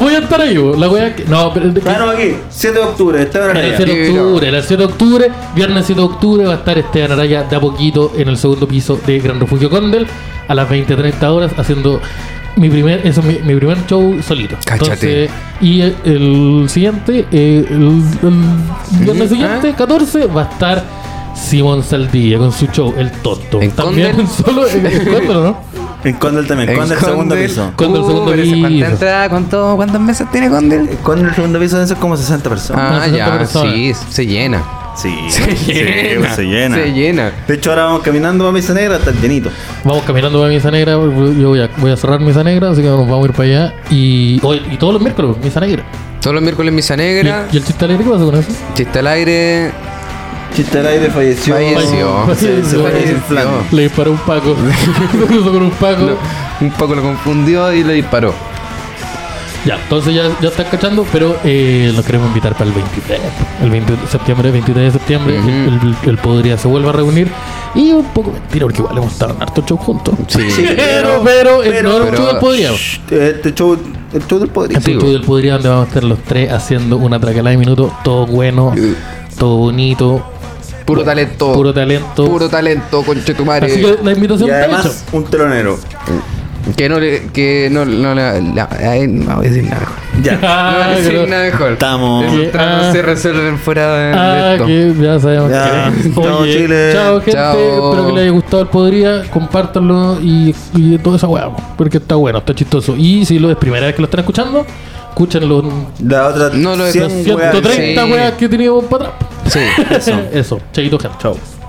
Voy a estar ahí, bo. la wea que. No, pero. Ah, no, aquí, 7 de octubre, Esteban El Araya. 7 de Sí, no. octubre, el 7 de octubre, viernes 7 de octubre va a estar Esteban Araya de a poquito en el segundo piso de Gran Refugio Condel a las 20.30 horas haciendo mi primer, eso es mi, mi primer show solito. Cáchate. Entonces, y el, el siguiente, eh, el, el viernes ¿Eh? siguiente, 14, va a estar Simón Saldilla con su show El Toto. ¿En También Condel? solo en en Condel, ¿no? En Condel también, En Condel segundo Condel. piso. Condel, Uh, segundo pero esa- piso. ¿Cuánta entrada? ¿Cuánto- ¿Cuántos meses tiene Condel? Condel segundo piso deben ser como 60 personas. Ah, 60 ya, personas. sí, se llena. Ah, Sí, Se sí, llena. se llena. Se llena. De hecho, ahora vamos caminando a Mesa Negra hasta el llenito. Vamos caminando a Misa Negra, yo voy a, voy a cerrar Misa Negra, así que nos vamos a ir para allá. Y, hoy- y todos los miércoles, Misa Negra. Todos los miércoles misa ¿Y, negra. y el chiste alegre qué pasa con eso? Chiste al aire. Chiste al aire falleció. Falleció. Se, se Falleció. fue desinflando. Le disparó un paco. Se cruzó con un paco. Lo- un poco lo confundió y le disparó. Ya, entonces ya, ya estás cachando, pero eh, lo queremos invitar para el 23. El 20 de septiembre, 23 de septiembre, Ujú. el, el Podría se vuelve a reunir. Y un poco mentira, porque igual hemos estado en harto show juntos. Sí. Sí. Pero, pero, el Pero- no era un pero- show del Podría. Shh, Este show, el show del poder. Este show del Podría donde vamos a estar los tres haciendo una tracalada de minutos, todo bueno, Uh. todo bonito, Puro talento. puro talento. Oh, Puro talento, conchetumare. Así que la invitación Y está además, hecha. un telonero. Que no le. Que no, no le. la- ay, no voy a decir nada mejor. Ya. No voy a Ah, decir pero- nada mejor. Estamos. Esos Que- tratos ah. se resuelven fuera de, de Ah, esto. que ya sabemos Ya. que- Chao, Oye, Chile. Chao, gente. Chao. Espero que les haya gustado el Podría. Compártanlo y, y toda esa hueá. Porque está bueno, está chistoso. Y si lo es primera vez que lo están escuchando, escúchenlo. La otra. No lo he- cien lo weas. 130 sí. hueas que teníamos para atrás. Eh, Sí. Eso. Chaito, gente. Chao.